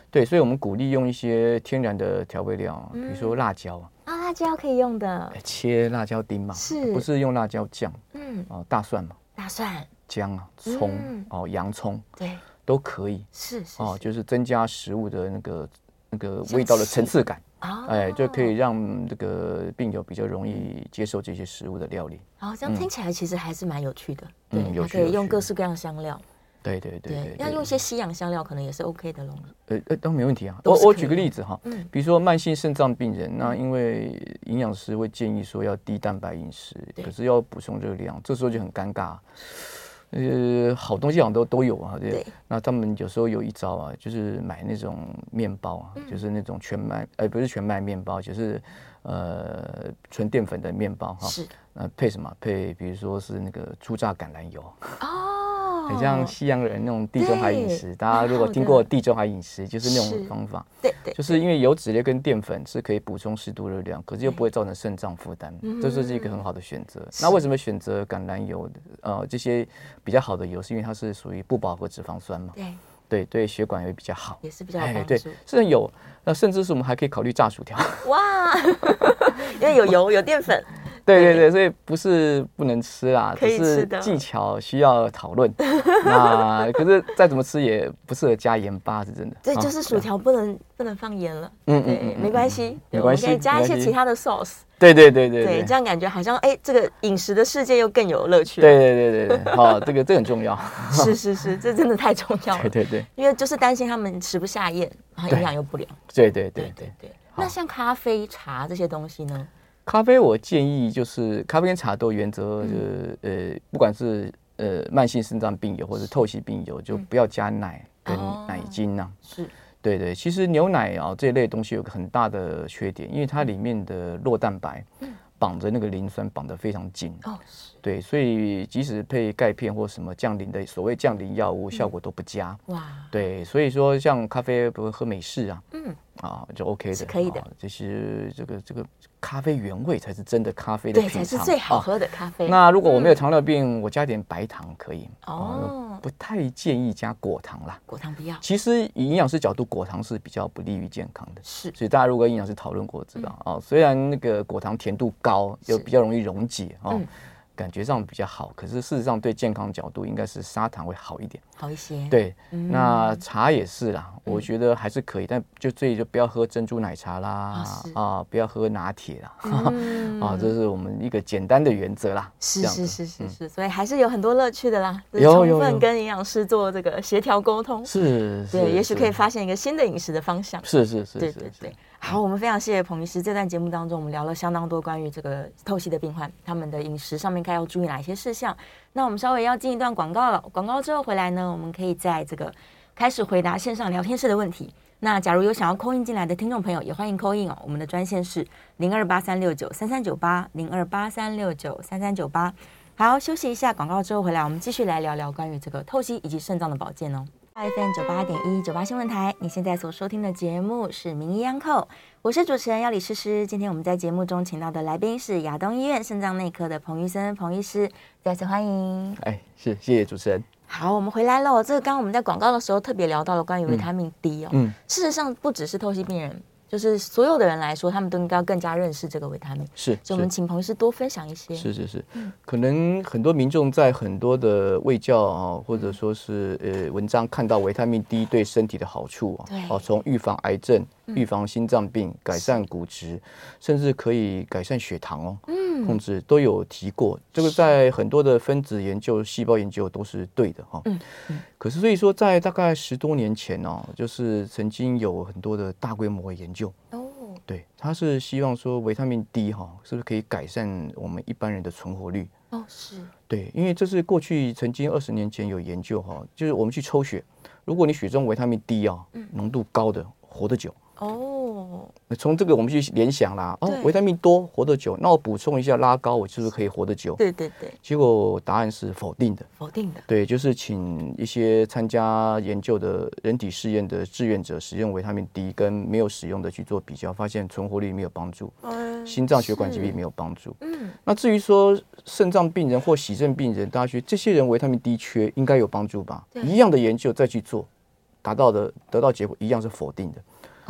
Speaker 3: 对，所以我们鼓励用一些天然的调味料啊，比如说辣椒啊，
Speaker 2: 啊，辣椒可以用的
Speaker 3: 哎。切辣椒丁嘛，
Speaker 2: 是
Speaker 3: 不是用辣椒酱
Speaker 2: 嗯，
Speaker 3: 哦，大蒜嘛，
Speaker 2: 大蒜，
Speaker 3: 姜啊，葱、
Speaker 2: 嗯
Speaker 3: 哦，洋葱
Speaker 2: 对，
Speaker 3: 都可以
Speaker 2: 是是
Speaker 3: 哦，
Speaker 2: 是
Speaker 3: 就是增加食物的那个那个
Speaker 2: 香
Speaker 3: 味道的
Speaker 2: 气
Speaker 3: 层次感，
Speaker 2: 哦
Speaker 3: 哎，就可以让这个病友比较容易接受这些食物的料理。
Speaker 2: 哦哦，这样听起来其实还是蛮有趣的。
Speaker 3: 嗯
Speaker 2: 对，
Speaker 3: 有
Speaker 2: 它
Speaker 3: 趣
Speaker 2: 可以
Speaker 3: 有
Speaker 2: 用
Speaker 3: 趣
Speaker 2: 各式各样的香料。
Speaker 3: 对对对对，
Speaker 2: 要用一些西洋香料可能也是 OK 的喽。
Speaker 3: 呃呃，都没问题啊。
Speaker 2: 都
Speaker 3: 我
Speaker 2: 是
Speaker 3: 我
Speaker 2: 可
Speaker 3: 举
Speaker 2: 以
Speaker 3: 个
Speaker 2: 的
Speaker 3: 例子哈，
Speaker 2: 嗯
Speaker 3: 比如说慢性肾脏病人，那因为营养师会建议说要低蛋白饮食，
Speaker 2: 对
Speaker 3: 可是要补充热量，这时候就很尴尬。呃，好东西好像都都有啊，对。
Speaker 2: 对
Speaker 3: 那他们有时候有一招啊，就是买那种面包啊，就是
Speaker 2: 嗯
Speaker 3: 那种全麦，呃，不是全麦面包，就是呃纯淀粉的面包哈。
Speaker 2: 是
Speaker 3: 呃，配什么？配比如说是那个初榨橄榄油，
Speaker 2: 哦，
Speaker 3: 很像西洋人那种地中海饮
Speaker 2: 对
Speaker 3: 食。大家如
Speaker 2: 蛮
Speaker 3: 果
Speaker 2: 好
Speaker 3: 听过
Speaker 2: 的
Speaker 3: 地中海饮食，就是那
Speaker 2: 是
Speaker 3: 种方法。
Speaker 2: 对对，
Speaker 3: 就是因为油脂类跟淀粉是可以补充适度热量，可是又
Speaker 2: 嗯
Speaker 3: 不会造成肾脏负担，这是一个很好的选择。那为什么选择橄榄油？呃，这些比较好的油是因为它是属于不饱和脂肪酸嘛，
Speaker 2: 对
Speaker 3: 对对，血管也比较好，哎
Speaker 2: 也是比较有帮
Speaker 3: 对，
Speaker 2: 助。
Speaker 3: 甚至有，那甚至是我们还可以考虑炸薯条，
Speaker 2: 哇， 因为有油有淀粉，
Speaker 3: 对对对，所以不是不能吃啦，
Speaker 2: 可以
Speaker 3: 只是
Speaker 2: 吃的
Speaker 3: 技巧需要讨论。那可是再怎么吃也不适合加盐巴，是真的。
Speaker 2: 对，
Speaker 3: 啊
Speaker 2: 就是薯，条不能不能放盐了。
Speaker 3: 嗯嗯嗯
Speaker 2: 对，
Speaker 3: 嗯，
Speaker 2: 没关系，对
Speaker 3: 没关
Speaker 2: 我们可以
Speaker 3: 系
Speaker 2: 加一些
Speaker 3: 没关
Speaker 2: 其
Speaker 3: 系
Speaker 2: 他的 sauce，
Speaker 3: 对对对对
Speaker 2: 对，这样感觉好像哎，这个饮食的世界又更有乐趣。，
Speaker 3: 对对对对对，好，这个这个很重要，
Speaker 2: 是是是，这真的太重要
Speaker 3: 对
Speaker 2: 了，
Speaker 3: 对对。
Speaker 2: 因为就是担心他们吃不下咽，然后营养又不良。
Speaker 3: 对对
Speaker 2: 对
Speaker 3: 对
Speaker 2: 对
Speaker 3: 对，
Speaker 2: 对。那
Speaker 3: 好
Speaker 2: 像咖啡、茶这些东西呢？
Speaker 3: 咖啡我建议就是咖啡跟茶都原则就是、
Speaker 2: 嗯
Speaker 3: 呃，不管是呃慢性肾脏病友或者透析病友，就不要加奶
Speaker 2: 嗯
Speaker 3: 跟
Speaker 2: 哦
Speaker 3: 奶精呐、啊
Speaker 2: 是
Speaker 3: 对对，其实牛奶啊这一类东西有个很大的缺点，因为它里面的酪蛋白
Speaker 2: 嗯
Speaker 3: 绑着那个磷酸绑得非常紧，
Speaker 2: 哦，是
Speaker 3: 对，所以即使配钙片或什么降磷的所谓降磷药
Speaker 2: 嗯
Speaker 3: 物，效果都不佳。
Speaker 2: 哇，
Speaker 3: 对，所以说像咖啡不喝美式啊，
Speaker 2: 嗯
Speaker 3: 嗯，啊就 OK 的，
Speaker 2: 是可以的
Speaker 3: 啊就是这个这个咖啡原味才是真的咖啡的
Speaker 2: 对，
Speaker 3: 品尝，
Speaker 2: 才是最好
Speaker 3: 啊
Speaker 2: 喝的嗯咖啡。
Speaker 3: 那如果我没有糖尿病，我加点白糖可以。
Speaker 2: 哦
Speaker 3: 啊不太建议加果糖啦。
Speaker 2: 果糖不要，
Speaker 3: 其实以营养师角度，果糖是比较不利于健康的。
Speaker 2: 是
Speaker 3: 所以大家如果跟营养师讨论过，知道、哦，虽然那个果糖甜度高，又
Speaker 2: 嗯是
Speaker 3: 比较容易溶解哦，
Speaker 2: 嗯
Speaker 3: 感觉上比较好，可是事实上对健康角度应该是砂糖会好一点。
Speaker 2: 好一些。，
Speaker 3: 对，
Speaker 2: 嗯
Speaker 3: 那茶也是啦，我觉得还是可以，但就最就不要喝珍珠奶茶啦
Speaker 2: 是，
Speaker 3: 啊，不要喝拿铁啦，
Speaker 2: 嗯
Speaker 3: 啊，这是我们一个简单的原则啦。
Speaker 2: 是
Speaker 3: 这样
Speaker 2: 是
Speaker 3: 子
Speaker 2: 是是是，所以还是有很多乐趣的啦。就是
Speaker 3: 有
Speaker 2: 充
Speaker 3: 有
Speaker 2: 分
Speaker 3: 有
Speaker 2: 跟营养师做这个协调沟通，
Speaker 3: 是，
Speaker 2: 对，
Speaker 3: 是
Speaker 2: 也许可以
Speaker 3: 是
Speaker 2: 发现一个新的饮食的方向。
Speaker 3: 是是是，
Speaker 2: 对
Speaker 3: 是
Speaker 2: 对
Speaker 3: 是
Speaker 2: 对。好，我们非常谢谢彭医师。这段节目当中，我们聊了相当多关于这个透析的病患，他们的饮食上面该要注意哪些事项。那我们稍微要进一段广告了，广告之后回来呢，我们可以在这个开始回答线上聊天室的问题。那假如有想要扣印进来的听众朋友，也欢迎扣印哦。我们的专线是零二八三六九三三九八零二八三六九三三九八。好，休息一下广告之后回来，我们继续来聊聊关于这个透析以及肾脏的保健哦。FM 九八点一九八新闻台，你现在所收听的节目是《名医央叩》，我是主持人要李诗诗。今天我们在节目中请到的来宾是亚东医院肾脏内科的彭医生，彭医师，再次欢迎。
Speaker 3: 哎，是谢谢主持人。
Speaker 2: 好，我们回来了。这个刚刚我们在广告的时候特别聊到了关于维他命 D 哦，
Speaker 3: 嗯，
Speaker 2: 事实上不只是透析病人，就是所有的人来说，他们都应该更加认识这个维他命。
Speaker 3: 是
Speaker 2: 所以我们
Speaker 3: 是
Speaker 2: 请彭医师多分享一些。嗯
Speaker 3: 是是是，可能很多民众在很多的卫教
Speaker 2: 嗯
Speaker 3: 啊，或者说是呃文章看到维他命 D 对身体的好处啊
Speaker 2: 对，嗯
Speaker 3: 哦，从预防癌症、预防心脏病、改善骨质，甚至可以改善血糖哦，
Speaker 2: 嗯
Speaker 3: 控制都有提过。这个在很多的分子研究、细胞研究都是对的哈、
Speaker 2: 嗯
Speaker 3: 可是所以说，在大概十多年前哦，就是曾经有很多的大规模的研究，
Speaker 2: 哦，
Speaker 3: 对，他是希望说维他命 D 哈、是不是可以改善我们一般人的存活率？
Speaker 2: 哦是，
Speaker 3: 对，因为这是过去曾经二十年前有研究哈、就是我们去抽血，如果你血中维他命 D 啊、
Speaker 2: 嗯
Speaker 3: 浓度高的，活得久。
Speaker 2: 哦
Speaker 3: 那从这个我们去联想啦，哦
Speaker 2: 对，
Speaker 3: 维他命多活得久，那我补充一下拉高，我是不是可以活得久？
Speaker 2: 对对对，
Speaker 3: 结果答案是否定的。
Speaker 2: 否定的。
Speaker 3: 对，就是请一些参加研究的人体试验的志愿者使用维他命 D 跟没有使用的去做比较，发现存活率没有帮助，
Speaker 2: 嗯
Speaker 3: 心脏血管疾病没有帮助。
Speaker 2: 嗯，
Speaker 3: 那至于说肾脏病人或洗肾病人，大家觉得这些人维他命 D 缺应该有帮助吧？
Speaker 2: 对
Speaker 3: 一样的研究再去做，达到的得到结果一样是否定的。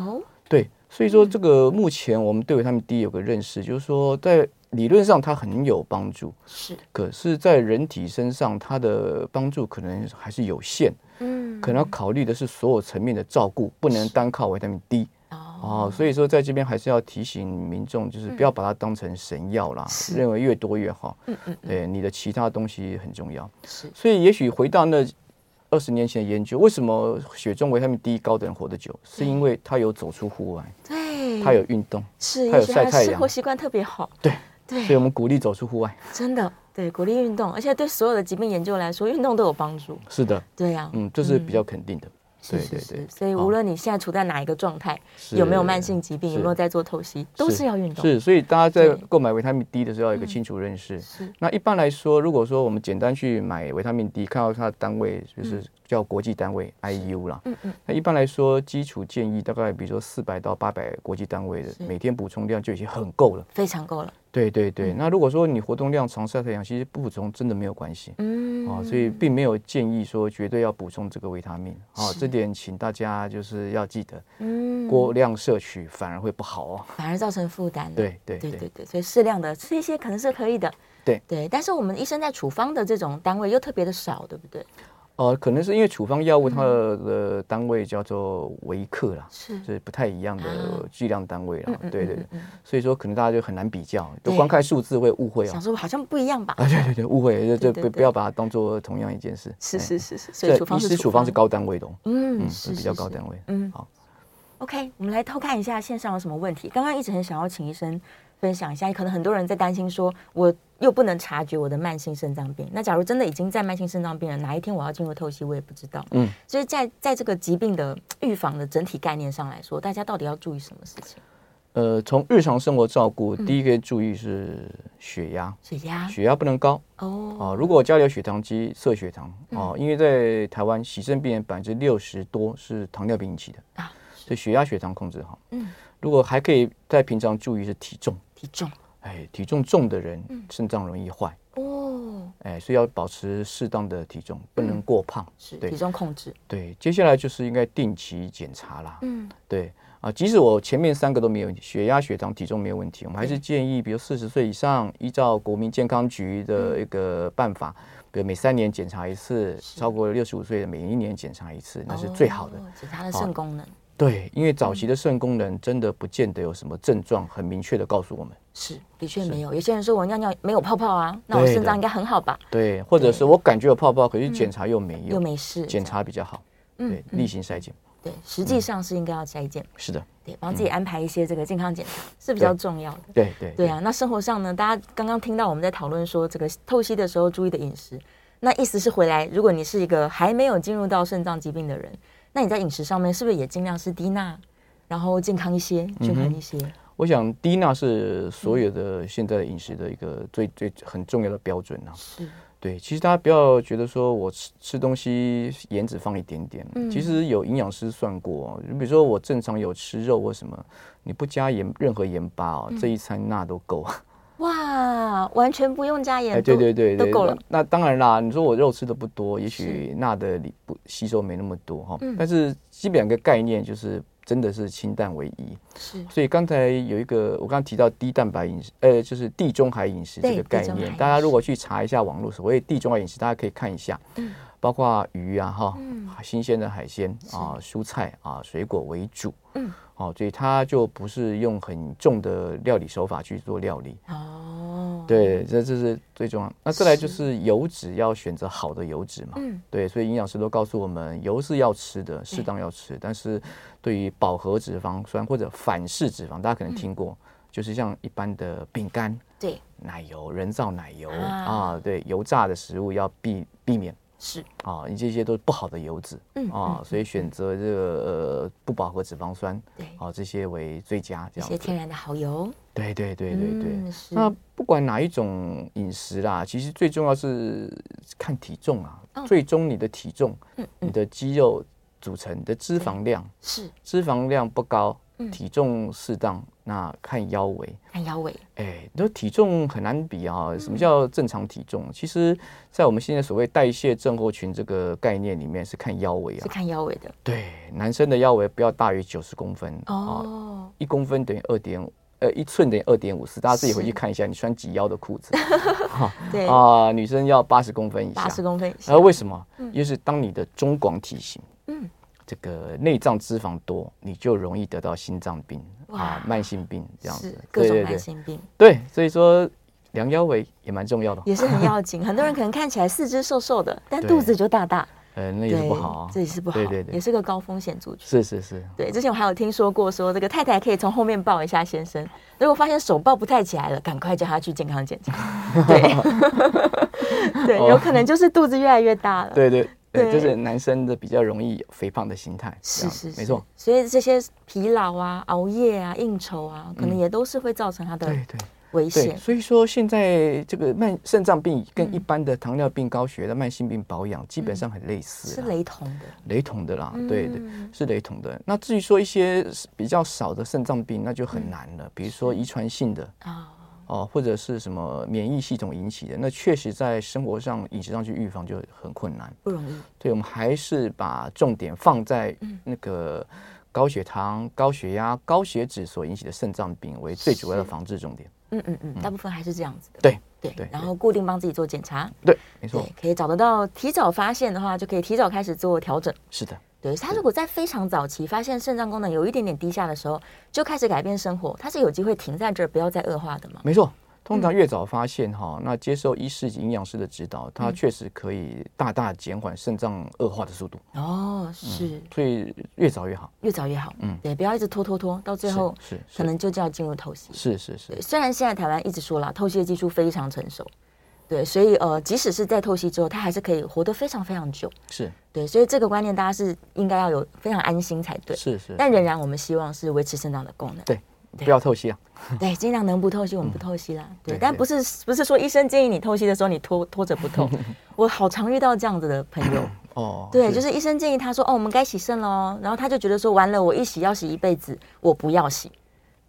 Speaker 2: 哦，
Speaker 3: 对，所以说这个目前我们对维他命 D 有个认识，就是说在理论上它很有帮助，
Speaker 2: 是，
Speaker 3: 可是，在人体身上它的帮助可能还是有限，
Speaker 2: 嗯，
Speaker 3: 可能要考虑的是所有层面的照顾，不能单靠维他命 D。
Speaker 2: 哦，
Speaker 3: 哦，所以说在这边还是要提醒民众，就是不要把它当成神药啦，
Speaker 2: 嗯是
Speaker 3: 认为越多越好。
Speaker 2: 嗯嗯，
Speaker 3: 对，你的其他东西很重要。
Speaker 2: 是
Speaker 3: 所以也许回到那。二十年前的研究，为什么血中维他命 D 高的人活得久？是因为他有走出户外，
Speaker 2: 对，
Speaker 3: 他有运动，
Speaker 2: 是，
Speaker 3: 他有
Speaker 2: 也许他
Speaker 3: 晒太
Speaker 2: 生活
Speaker 3: 阳，
Speaker 2: 习惯特别好，
Speaker 3: 对，
Speaker 2: 对
Speaker 3: 所以我们鼓励走出户外。
Speaker 2: 真的，对，鼓励运动，而且对所有的疾病研究来说，运动都有帮助。
Speaker 3: 是的，
Speaker 2: 对呀、啊，
Speaker 3: 嗯，这是比较肯定的。
Speaker 2: 是
Speaker 3: 对
Speaker 2: 是
Speaker 3: 对
Speaker 2: 是
Speaker 3: 对，哦
Speaker 2: 所以无论你现在处在哪一个状态，
Speaker 3: 是
Speaker 2: 有没有慢性疾病，有
Speaker 3: 是
Speaker 2: 没有在做透析，都是要运动。
Speaker 3: 是，所以大家在
Speaker 2: 对嗯
Speaker 3: 购买维他命 D 的时候要有一个清楚认识。
Speaker 2: 是
Speaker 3: 那一般来说，如果说我们简单去买维他命 D，看到它的单位就是叫国际单位 IU 啦。
Speaker 2: 嗯嗯嗯，
Speaker 3: 那一般来说，基础建议大概比如说四百到八百国际单位的，每天补充量就已经很够了。
Speaker 2: 非常够了。
Speaker 3: 对对对。
Speaker 2: 嗯
Speaker 3: 那如果说你活动量常晒太阳，其实不补充真的没有关系。
Speaker 2: 嗯，
Speaker 3: 哦，所以并没有建议说绝对要补充这个维他命哦，这点请大家就是要记得，
Speaker 2: 嗯，
Speaker 3: 过量摄取反而会不好哦。
Speaker 2: 反而造成负担了。
Speaker 3: 对对
Speaker 2: 对
Speaker 3: 对
Speaker 2: 对对，所以适量的吃一些可能是可以的。
Speaker 3: 对
Speaker 2: 对，但是我们医生在处方的这种单位又特别的少，对不对？
Speaker 3: 哦，可能是因为处方药物它
Speaker 2: 嗯
Speaker 3: 的呃单位叫做维克啦，
Speaker 2: 是
Speaker 3: 是不太一样
Speaker 2: 啊
Speaker 3: 的剂量单位啦
Speaker 2: 嗯。
Speaker 3: 对对
Speaker 2: 嗯
Speaker 3: 对，所以说可能大家就很难比较，就
Speaker 2: 对
Speaker 3: 光看数字会误会哦
Speaker 2: 想。说好像不一样吧？
Speaker 3: 啊， 对对对，误会，
Speaker 2: 对对
Speaker 3: 就就
Speaker 2: 对
Speaker 3: 不不要把它当做同样一件事。
Speaker 2: 是
Speaker 3: 哎
Speaker 2: 是，是是，所以
Speaker 3: 这
Speaker 2: 处
Speaker 3: 医
Speaker 2: 方是
Speaker 3: 师处方是
Speaker 2: 高，
Speaker 3: 高单位的哦，
Speaker 2: 嗯，
Speaker 3: 嗯，
Speaker 2: 是
Speaker 3: 是比较高
Speaker 2: 的。
Speaker 3: 单位。
Speaker 2: 嗯
Speaker 3: 好，
Speaker 2: OK，我们来偷看一下线上有什么问题。刚刚一直很想要请医生分享一下，可能很多人在担心说，我又不能察觉我的慢性肾脏病。那假如真的已经在慢性肾脏病了，哪一天我要进入透析，我也不知道。
Speaker 3: 嗯，
Speaker 2: 所以在在这个疾病的预防的整体概念上来说，大家到底要注意什么事情？
Speaker 3: 呃，从日常生活照顾，
Speaker 2: 嗯
Speaker 3: 第一个注意是血压，
Speaker 2: 血压
Speaker 3: 血压不能高
Speaker 2: 嗯哦，嗯
Speaker 3: 啊、如果家里有血糖机，测血糖啊、因为在台湾，洗肾病人百分之六十多是糖尿病引起的
Speaker 2: 啊
Speaker 3: 所以血压、血糖控制好。
Speaker 2: 嗯，
Speaker 3: 如果还可以在平常注意是体重，
Speaker 2: 体重
Speaker 3: 哎，体重重的人肾脏容易坏，
Speaker 2: 嗯哦，嗯
Speaker 3: 哎，所以要保持适当的体重，不能过胖。
Speaker 2: 是
Speaker 3: 对
Speaker 2: 体重控制，
Speaker 3: 对，接下来就是应该定期检查啦。
Speaker 2: 嗯，
Speaker 3: 对啊，即使我前面三个都没有问题，血压、血糖、体重没有问题，我们还是建议，比如四十岁以上，依照国民健康局
Speaker 2: 嗯
Speaker 3: 的一个办法，比如每三年检查一次，超过六十五岁的每一年检查一次，那是最好的。
Speaker 2: 哦，嗯检查的肾功能
Speaker 3: 对，因为早期的肾功能真的不见得有什么症状很明确的告诉我们。
Speaker 2: 是的确没有。有些人说我尿尿没有泡泡啊，那我
Speaker 3: 对
Speaker 2: 肾脏
Speaker 3: 的
Speaker 2: 应该很好吧，
Speaker 3: 对，或者是我感觉有泡泡，可是检查又嗯没有，
Speaker 2: 又没事。
Speaker 3: 检查比较好。对，例行筛检。
Speaker 2: 对，实际上是应该要筛检。
Speaker 3: 是的，
Speaker 2: 对，帮自己安排一些这个健康检查是比较重要的。
Speaker 3: 嗯对对
Speaker 2: 对啊，那生活上呢，大家刚刚听到我们在讨论说这个透析的时候注意的饮食，那意思是回来，如果你是一个还没有进入到肾脏疾病的人，那你在饮食上面是不是也尽量是低钠，然后健康一些，均
Speaker 3: 嗯
Speaker 2: 衡一些？
Speaker 3: 我想低钠是所有的现在的饮食的一个最最很重要的标准啊。
Speaker 2: 是
Speaker 3: 对，其实大家不要觉得说我吃吃东西盐只放一点点，其实有营养师算过、哦，比如说我正常有吃肉或什么，你不加盐任何盐巴哦，这一餐钠都够。
Speaker 2: 哇，完全不用加盐，
Speaker 3: 哎，对对对
Speaker 2: 都
Speaker 3: 对，
Speaker 2: 够了。
Speaker 3: 那那当然啦，你说我肉吃的不多，也许钠的里不吸收没那么多哈、
Speaker 2: 嗯
Speaker 3: 但是基本有个概念就是真的是清淡为宜。
Speaker 2: 是
Speaker 3: 所以刚才有一个，我刚刚提到低蛋白饮食，呃，就是地中海饮食这
Speaker 2: 对
Speaker 3: 个概
Speaker 2: 地中海饮
Speaker 3: 念
Speaker 2: 食，
Speaker 3: 大家如果去查一下网络所谓地中海饮食，大家可以看一下，
Speaker 2: 嗯
Speaker 3: 包括鱼啊哈，新鲜的海鲜啊、蔬菜啊、水果为主，
Speaker 2: 嗯，
Speaker 3: 哦，所以它就不是用很重的料理手法去做料理，
Speaker 2: 哦，
Speaker 3: 对，这这是最重要。那再来就是油脂要选择好的油脂嘛，
Speaker 2: 嗯
Speaker 3: 对，所以营养师都告诉我们，油是要吃的，适当要吃。但是对于饱和脂肪酸或者反式脂肪，大家可能听过，就是像一般的饼干、
Speaker 2: 嗯对，
Speaker 3: 奶油、人造奶油
Speaker 2: 啊
Speaker 3: 啊对，油炸的食物要避避免
Speaker 2: 是
Speaker 3: 啊，你这些都是不好的油脂
Speaker 2: 嗯
Speaker 3: 啊，所以选择这个呃不饱和脂肪酸
Speaker 2: 对
Speaker 3: 啊这些为最佳，这
Speaker 2: 一
Speaker 3: 样
Speaker 2: 些
Speaker 3: 子。
Speaker 2: 天然的好油，
Speaker 3: 对对对对对。
Speaker 2: 嗯是
Speaker 3: 那不管哪一种饮食啦，其实最重要是看体重啊。
Speaker 2: 嗯
Speaker 3: 最终你的体重、
Speaker 2: 嗯
Speaker 3: 你的肌肉组成、你的脂肪量，
Speaker 2: 是
Speaker 3: 脂肪量不高
Speaker 2: 嗯，
Speaker 3: 体重适当，那看腰围。
Speaker 2: 看腰围，
Speaker 3: 哎，那体重很难比
Speaker 2: 嗯
Speaker 3: 啊。什么叫正常体重？其实，在我们现在所谓代谢症候群这个概念里面，是看腰围
Speaker 2: 是
Speaker 3: 啊。
Speaker 2: 看腰围的
Speaker 3: 对，男生的腰围不要大于九十公分啊，
Speaker 2: 哦，
Speaker 3: 一公分等于二点五，呃，一寸等于二点五四，大家自己回
Speaker 2: 是
Speaker 3: 去看一下，你穿几腰的裤子
Speaker 2: 对，
Speaker 3: 啊、女生要八十公分以下
Speaker 2: 八。十公分以下
Speaker 3: 然后为什么？就是当你的中广体型，
Speaker 2: 嗯
Speaker 3: 嗯，这个内脏脂肪多，你就容易得到心脏病
Speaker 2: 哇
Speaker 3: 啊、慢性病这样
Speaker 2: 是
Speaker 3: 子。
Speaker 2: 各
Speaker 3: 对
Speaker 2: 种
Speaker 3: 对
Speaker 2: 慢
Speaker 3: 对
Speaker 2: 性病。
Speaker 3: 对，所以说量腰围也蛮重要的。
Speaker 2: 也是很要紧。很多人可能看起来四肢瘦瘦的，但
Speaker 3: 对
Speaker 2: 肚子就大大。
Speaker 3: 呃，那也是不好啊。
Speaker 2: 这也是不好，
Speaker 3: 对对对
Speaker 2: 也是个高风险族群。
Speaker 3: 是是是，
Speaker 2: 对，之前我还有听说过说，这个太太可以从后面抱一下先生，如果发现手抱不太起来了，赶快叫他去健康检查。对，对，
Speaker 3: 哦
Speaker 2: 有可能就是肚子越来越大了。，
Speaker 3: 对对对，
Speaker 2: 呃对
Speaker 3: 就是男生的比较容易有肥胖的心态，这
Speaker 2: 是
Speaker 3: 样
Speaker 2: 是是，
Speaker 3: 没错，。
Speaker 2: 所以这些疲劳啊、熬夜啊、应酬啊，可能也都是会造成他的
Speaker 3: 对对
Speaker 2: 危
Speaker 3: 对，啊
Speaker 2: 险。
Speaker 3: 所以说现在这个慢肾脏病
Speaker 2: 嗯
Speaker 3: 跟一般的糖尿病、高血压、慢性病保养基本上很类似啊
Speaker 2: 是
Speaker 3: 啦，
Speaker 2: 雷同的，
Speaker 3: 雷同的啦，对对
Speaker 2: 嗯，
Speaker 3: 是雷同的。那至于说一些比较少的肾脏病，那就很难
Speaker 2: 嗯
Speaker 3: 了，比如说遗传性的
Speaker 2: 啊，
Speaker 3: 哦，或者是什么免疫系统引起的，那确实在生活上、饮食上去预防就很困难。
Speaker 2: 不容易。
Speaker 3: 对，我们还是把重点放在
Speaker 2: 嗯
Speaker 3: 那个高血糖、高血压、高血脂所引起的肾脏病为最主要的防治重点。
Speaker 2: 嗯嗯嗯，大部分还是这样子的。
Speaker 3: 对
Speaker 2: 对
Speaker 3: 对，
Speaker 2: 然后固定帮自己做检查，
Speaker 3: 对，没错
Speaker 2: 对，，可以找得到，提早发现的话，就可以提早开始做调整。
Speaker 3: 是的，
Speaker 2: 对，他如果在非常早期发现肾脏功能有一点点低下的时候，就开始改变生活，他是有机会停在这儿，不要再恶化的嘛。
Speaker 3: 没错。通常越早发现哈，那接受医师及营养师的指导，
Speaker 2: 嗯
Speaker 3: 它确实可以大大减缓肾脏恶化的速度，
Speaker 2: 哦，是，
Speaker 3: 所以越早越好。
Speaker 2: 越早越好。
Speaker 3: 嗯
Speaker 2: 对，不要一直拖拖拖，到最
Speaker 3: 是
Speaker 2: 后
Speaker 3: 是是
Speaker 2: 可能就就要进入透析。
Speaker 3: 是是是
Speaker 2: 对，虽然现在台湾一直说了透析的技术非常成熟，对，所以呃，即使是在透析之后，他还是可以活得非常非常久。
Speaker 3: 是
Speaker 2: 对，所以这个观念大家是应该要有非常安心才对。
Speaker 3: 是是，
Speaker 2: 但仍然我们希望是维持肾脏的功 能。
Speaker 3: 对，不要透析啊。
Speaker 2: 对，尽量能不透析我们不透析啦。对，
Speaker 3: 嗯对
Speaker 2: 但
Speaker 3: 对
Speaker 2: 不是不是说医生建议你透析的时候你拖拖着不 透，我好常遇到这样子的朋友。
Speaker 3: 哦，
Speaker 2: 对，就是医生建议他说哦，我们该洗肾喽，然后他就觉得说完了，我一洗要洗一辈子，我不要洗。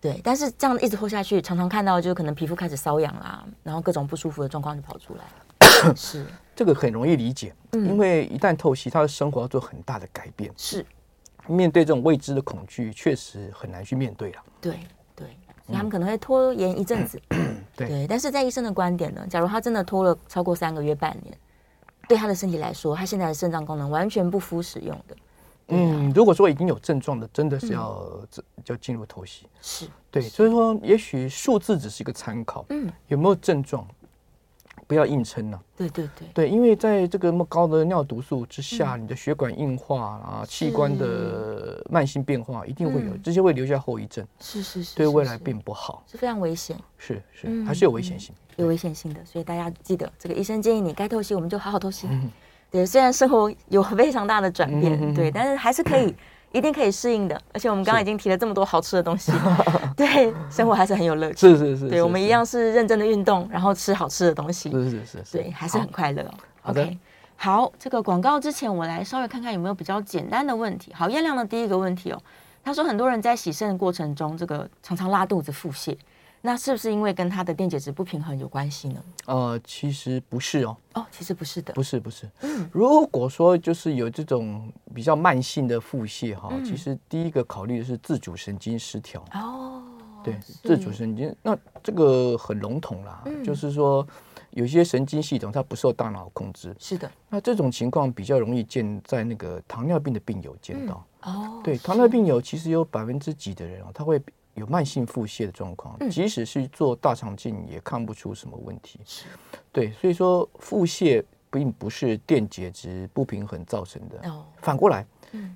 Speaker 2: 对，但是这样一直拖下去，常常看到就是可能皮肤开始瘙痒啦，然后各种不舒服的状况就跑出来。 是
Speaker 3: 这个很容易理解，
Speaker 2: 嗯
Speaker 3: 因为一旦透析，他的生活要做很大的改变。
Speaker 2: 是，
Speaker 3: 面对这种未知的恐惧，确实很难去面对了。
Speaker 2: 对啊对，所以他们可能会拖延一阵子。
Speaker 3: 嗯 对
Speaker 2: 对，但是在医生的观点呢，假如他真的拖了超过三个月、半年，对他的身体来说，他现在的肾脏功能完全不敷使用的。
Speaker 3: 嗯，如果说已经有症状的，真
Speaker 2: 嗯
Speaker 3: 的是要这就进入透析。
Speaker 2: 是
Speaker 3: 对，所以说也许数字只是一个参考，
Speaker 2: 嗯，
Speaker 3: 有没有症状，不要硬撑了、
Speaker 2: 对对对，
Speaker 3: 对，因为在这个那么高的尿毒素之
Speaker 2: 嗯
Speaker 3: 下，你的血管硬化啊，器官的慢性变化一定会有，
Speaker 2: 嗯
Speaker 3: 这些会留下后遗症，
Speaker 2: 是是是，
Speaker 3: 对未
Speaker 2: 是
Speaker 3: 来
Speaker 2: 是
Speaker 3: 并不好。
Speaker 2: 是非常危险。
Speaker 3: 是是，
Speaker 2: 嗯
Speaker 3: 还是有危险性。
Speaker 2: 有危险性的，所以大家记得，这个医生建议你该透析，我们就好好透析。对，虽然生活有非常大的转变，
Speaker 3: 嗯嗯嗯嗯
Speaker 2: 对，但是还是可 以，一定可以适应的。而且我们刚刚已经提了这么多好吃的东 西，对，生活还是很有乐趣。
Speaker 3: 是是是，
Speaker 2: 对，
Speaker 3: 是
Speaker 2: 我们一。样是认真的运动，然后吃好吃的东西，
Speaker 3: 是是是是，
Speaker 2: 对，还是
Speaker 3: 好
Speaker 2: 很快乐、哦。
Speaker 3: 好的
Speaker 2: OK，好，这个广告之前，我来稍微看看有没有比较简单的问题。好，燕亮的第一个问题哦，他说很多人在洗肾的过程中，这个常常拉肚子、腹泻，那是不是因为跟他的电解质不平衡有关系呢？
Speaker 3: 呃，其实不是哦，
Speaker 2: 哦，其实不是的，
Speaker 3: 不是不是。
Speaker 2: 嗯
Speaker 3: 如果说就是有这种比较慢性的腹泻哈，
Speaker 2: 嗯
Speaker 3: 其实第一个考虑的是自主神经失调。
Speaker 2: 哦，
Speaker 3: 对，自主神经，那这个很笼统啦，
Speaker 2: 嗯
Speaker 3: 就是说有些神经系统它不受大脑控制，
Speaker 2: 是的，
Speaker 3: 那这种情况比较容易见在那个糖尿病的病友见到。
Speaker 2: 哦，
Speaker 3: 对，糖尿病友其实有百分之几的人哦，他会有慢性腹泻的状况，
Speaker 2: 嗯
Speaker 3: 即使是做大肠镜也看不出什么问题。
Speaker 2: 是
Speaker 3: 对，所以说腹泻并不是电解质不平衡造成的，
Speaker 2: 哦
Speaker 3: 反过来，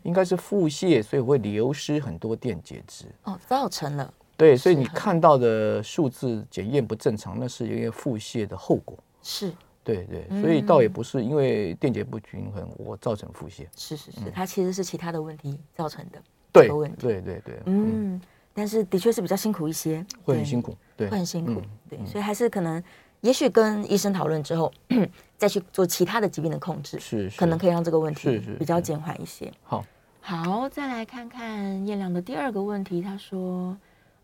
Speaker 3: 应该是腹泻，所以会流失很多电解质。
Speaker 2: 哦，造成了
Speaker 3: 对，所以你
Speaker 2: 是
Speaker 3: 看到的数字检验不正常，那是因为腹泻的后果。
Speaker 2: 是
Speaker 3: 对对，所以
Speaker 2: 嗯
Speaker 3: 倒也不是因为电解不均衡我造成腹泻。
Speaker 2: 是是
Speaker 3: 嗯
Speaker 2: 是，它其实是其他的问题造成的，
Speaker 3: 对
Speaker 2: 有问题
Speaker 3: 对对对，嗯，
Speaker 2: 嗯，但是的确是比较辛苦一些，
Speaker 3: 会
Speaker 2: 对
Speaker 3: 很辛苦。对，
Speaker 2: 会很辛苦
Speaker 3: 嗯，
Speaker 2: 对，所以还是可能，也许跟医生讨论之后， 再去做其他的疾病的控制，
Speaker 3: 是是
Speaker 2: 可能可以让这个问题
Speaker 3: 是是
Speaker 2: 比较
Speaker 3: 是
Speaker 2: 减缓一些。
Speaker 3: 好。
Speaker 2: 好，再来看看燕良的第二个问题，他说：“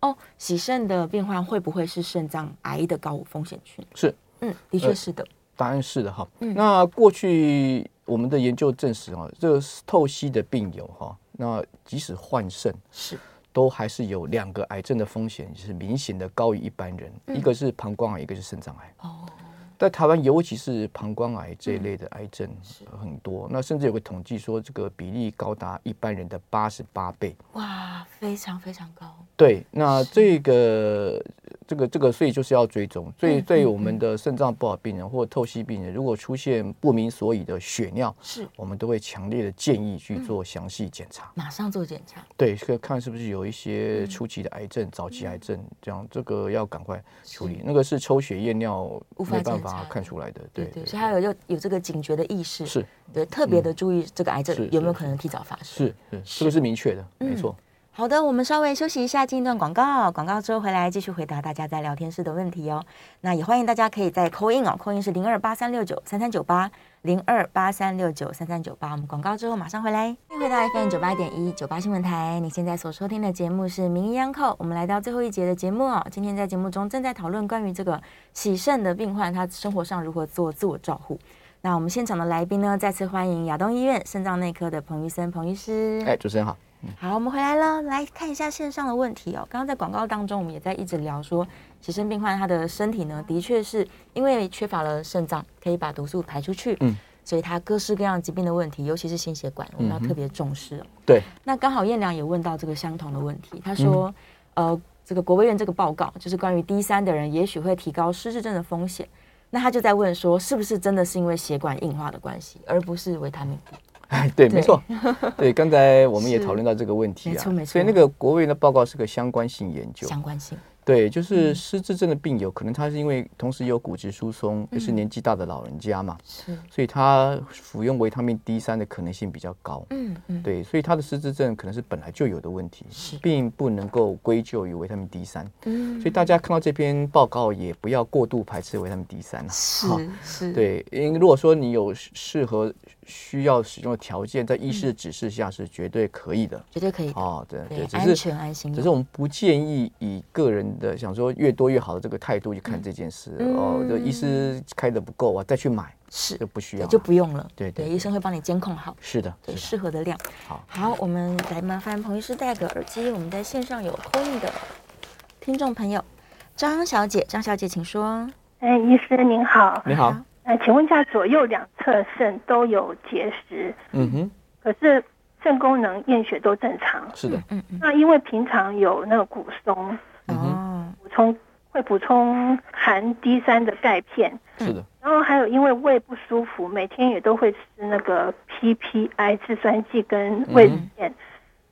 Speaker 2: 哦，洗肾的病患会不会是肾脏癌的高风险群
Speaker 3: 是？”
Speaker 2: 嗯，的
Speaker 3: 呃
Speaker 2: 确是的，
Speaker 3: 答案是的哈。
Speaker 2: 嗯
Speaker 3: 那过去我们的研究证实哦，这个透析的病友哈，那即使换肾，
Speaker 2: 是
Speaker 3: 都还是有两个癌症的风险是明显的高于一般人，
Speaker 2: 嗯
Speaker 3: 一个是膀胱癌，一个是肾脏癌。
Speaker 2: 哦，
Speaker 3: 在台湾，尤其是膀胱癌这一
Speaker 2: 嗯
Speaker 3: 类的癌症呃很多，那甚至有个统计说，这个比例高达一般人的八十八倍。
Speaker 2: 哇，非常非常高，
Speaker 3: 对，那这个这个这个，所以就是要追踪。所
Speaker 2: 嗯
Speaker 3: 以对我们的肾脏不好病人或透析病人，如果出现不明所以的血尿，
Speaker 2: 是
Speaker 3: 我们都会强烈的建议去做详细检查。
Speaker 2: 马上做检查，
Speaker 3: 对，这个看是不是有一
Speaker 2: 嗯
Speaker 3: 些初期的癌症、早期癌症，这样这个要赶快处理。那个是抽血验尿
Speaker 2: 无法
Speaker 3: 没办
Speaker 2: 检查
Speaker 3: 法
Speaker 2: 的
Speaker 3: 看出来的，对
Speaker 2: 对对，所以还有有有这个警觉的意识，
Speaker 3: 是嗯
Speaker 2: 对特别的注意这个癌症
Speaker 3: 是
Speaker 2: 有没有
Speaker 3: 是
Speaker 2: 可能提早发生。
Speaker 3: 是嗯是，这个是明确的，
Speaker 2: 嗯
Speaker 3: 没错。
Speaker 2: 好的，我们稍微休息一下，进一段广告。广告之后回来继续回答大家在聊天室的问题哦。那也欢迎大家可以在扣印哦，扣印是零二八三六九三三九八零二八三六九三三九八。我们广告之后马上回来。欢迎回到 FM 九八点一九八新闻台，你现在所收听的节目是《名医央叩》，我们来到最后一节的节目哦。今天在节目中正在讨论关于这个洗肾的病患，他生活上如何做自我照护。那我们现场的来宾呢，再次欢迎亚东医院肾脏内科的彭医生，彭医师。
Speaker 3: 哎，主持人好。
Speaker 2: 好，我们回来了，来看一下线上的问题哦。刚刚在广告当中，我们也在一直聊说，洗肾病患他的身体呢，的确是因为缺乏了肾脏，可以把毒素排出去，
Speaker 3: 嗯，
Speaker 2: 所以他各式各样疾病的问题，尤其是心血管，我们要
Speaker 3: 嗯哼
Speaker 2: 特别重视、哦。
Speaker 3: 对，
Speaker 2: 那刚好燕良也问到这个相同的问题，他说，
Speaker 3: 嗯
Speaker 2: 呃，这个国卫院这个报告就是关于 D 三的人也许会提高失智症的风险，那他就在问说，是不是真的是因为血管硬化的关系，而不是维他命 D？
Speaker 3: 哎，对，
Speaker 2: 对
Speaker 3: 没错，对，刚才我们也
Speaker 2: 是
Speaker 3: 讨论到这个问题啊，
Speaker 2: 没错没错
Speaker 3: 所以那个国卫的报告是个相关性研究，
Speaker 2: 相嗯关性
Speaker 3: 对，就是失智症的病友，可能他是因为同时有骨质疏
Speaker 2: 嗯
Speaker 3: 松，又是年纪大的老人家嘛，
Speaker 2: 是，
Speaker 3: 所以他服用维他命 D 三的可能性比较高。
Speaker 2: 嗯嗯，
Speaker 3: 对，所以他的失智症可能是本来就有的问题
Speaker 2: 是，
Speaker 3: 并不能够归咎于维他命 D 三。
Speaker 2: 嗯
Speaker 3: 所以大家看到这篇报告，也不要过度排斥维他命 D 三啊。
Speaker 2: 是
Speaker 3: 好
Speaker 2: 是，
Speaker 3: 对，因为如果说你有适适合需要使用的条件，在医师的指示下是绝对可以的。
Speaker 2: 嗯绝对可以的，
Speaker 3: 哦，对
Speaker 2: 对
Speaker 3: 对，，
Speaker 2: 安
Speaker 3: 只是
Speaker 2: 全安心用。
Speaker 3: 只是我们不建议以个人的想说越多越好的这个态度去看这件事。
Speaker 2: 嗯
Speaker 3: 哦，就医师开的不够啊，再去买
Speaker 2: 是
Speaker 3: 就不需
Speaker 2: 对
Speaker 3: 要
Speaker 2: 就
Speaker 3: 了
Speaker 2: 不用了，
Speaker 3: 啊对对对
Speaker 2: 医生会帮你监控好，
Speaker 3: 是的，
Speaker 2: 对
Speaker 3: 是的。
Speaker 2: 适合的量。
Speaker 3: 好，
Speaker 2: 好，我们来麻烦彭医师戴个耳机，我们在线上有呼应的听众朋友，张小姐，张小姐请说。
Speaker 4: 哎，医生您好，
Speaker 3: 你好，
Speaker 4: 呃，请问一下，左右两侧肾都有结石，
Speaker 3: 嗯哼，
Speaker 4: 可是肾功能、验血都正常。
Speaker 3: 是的，
Speaker 2: 嗯嗯，
Speaker 4: 那因为平常有那个骨松，
Speaker 3: 嗯哼
Speaker 2: 哦，
Speaker 4: 补充会补充含 D 三的钙片，
Speaker 2: 嗯
Speaker 3: 是的，
Speaker 4: 然后还有因为胃不舒服，每天也都会吃那个 PPI 制酸剂跟胃乳片。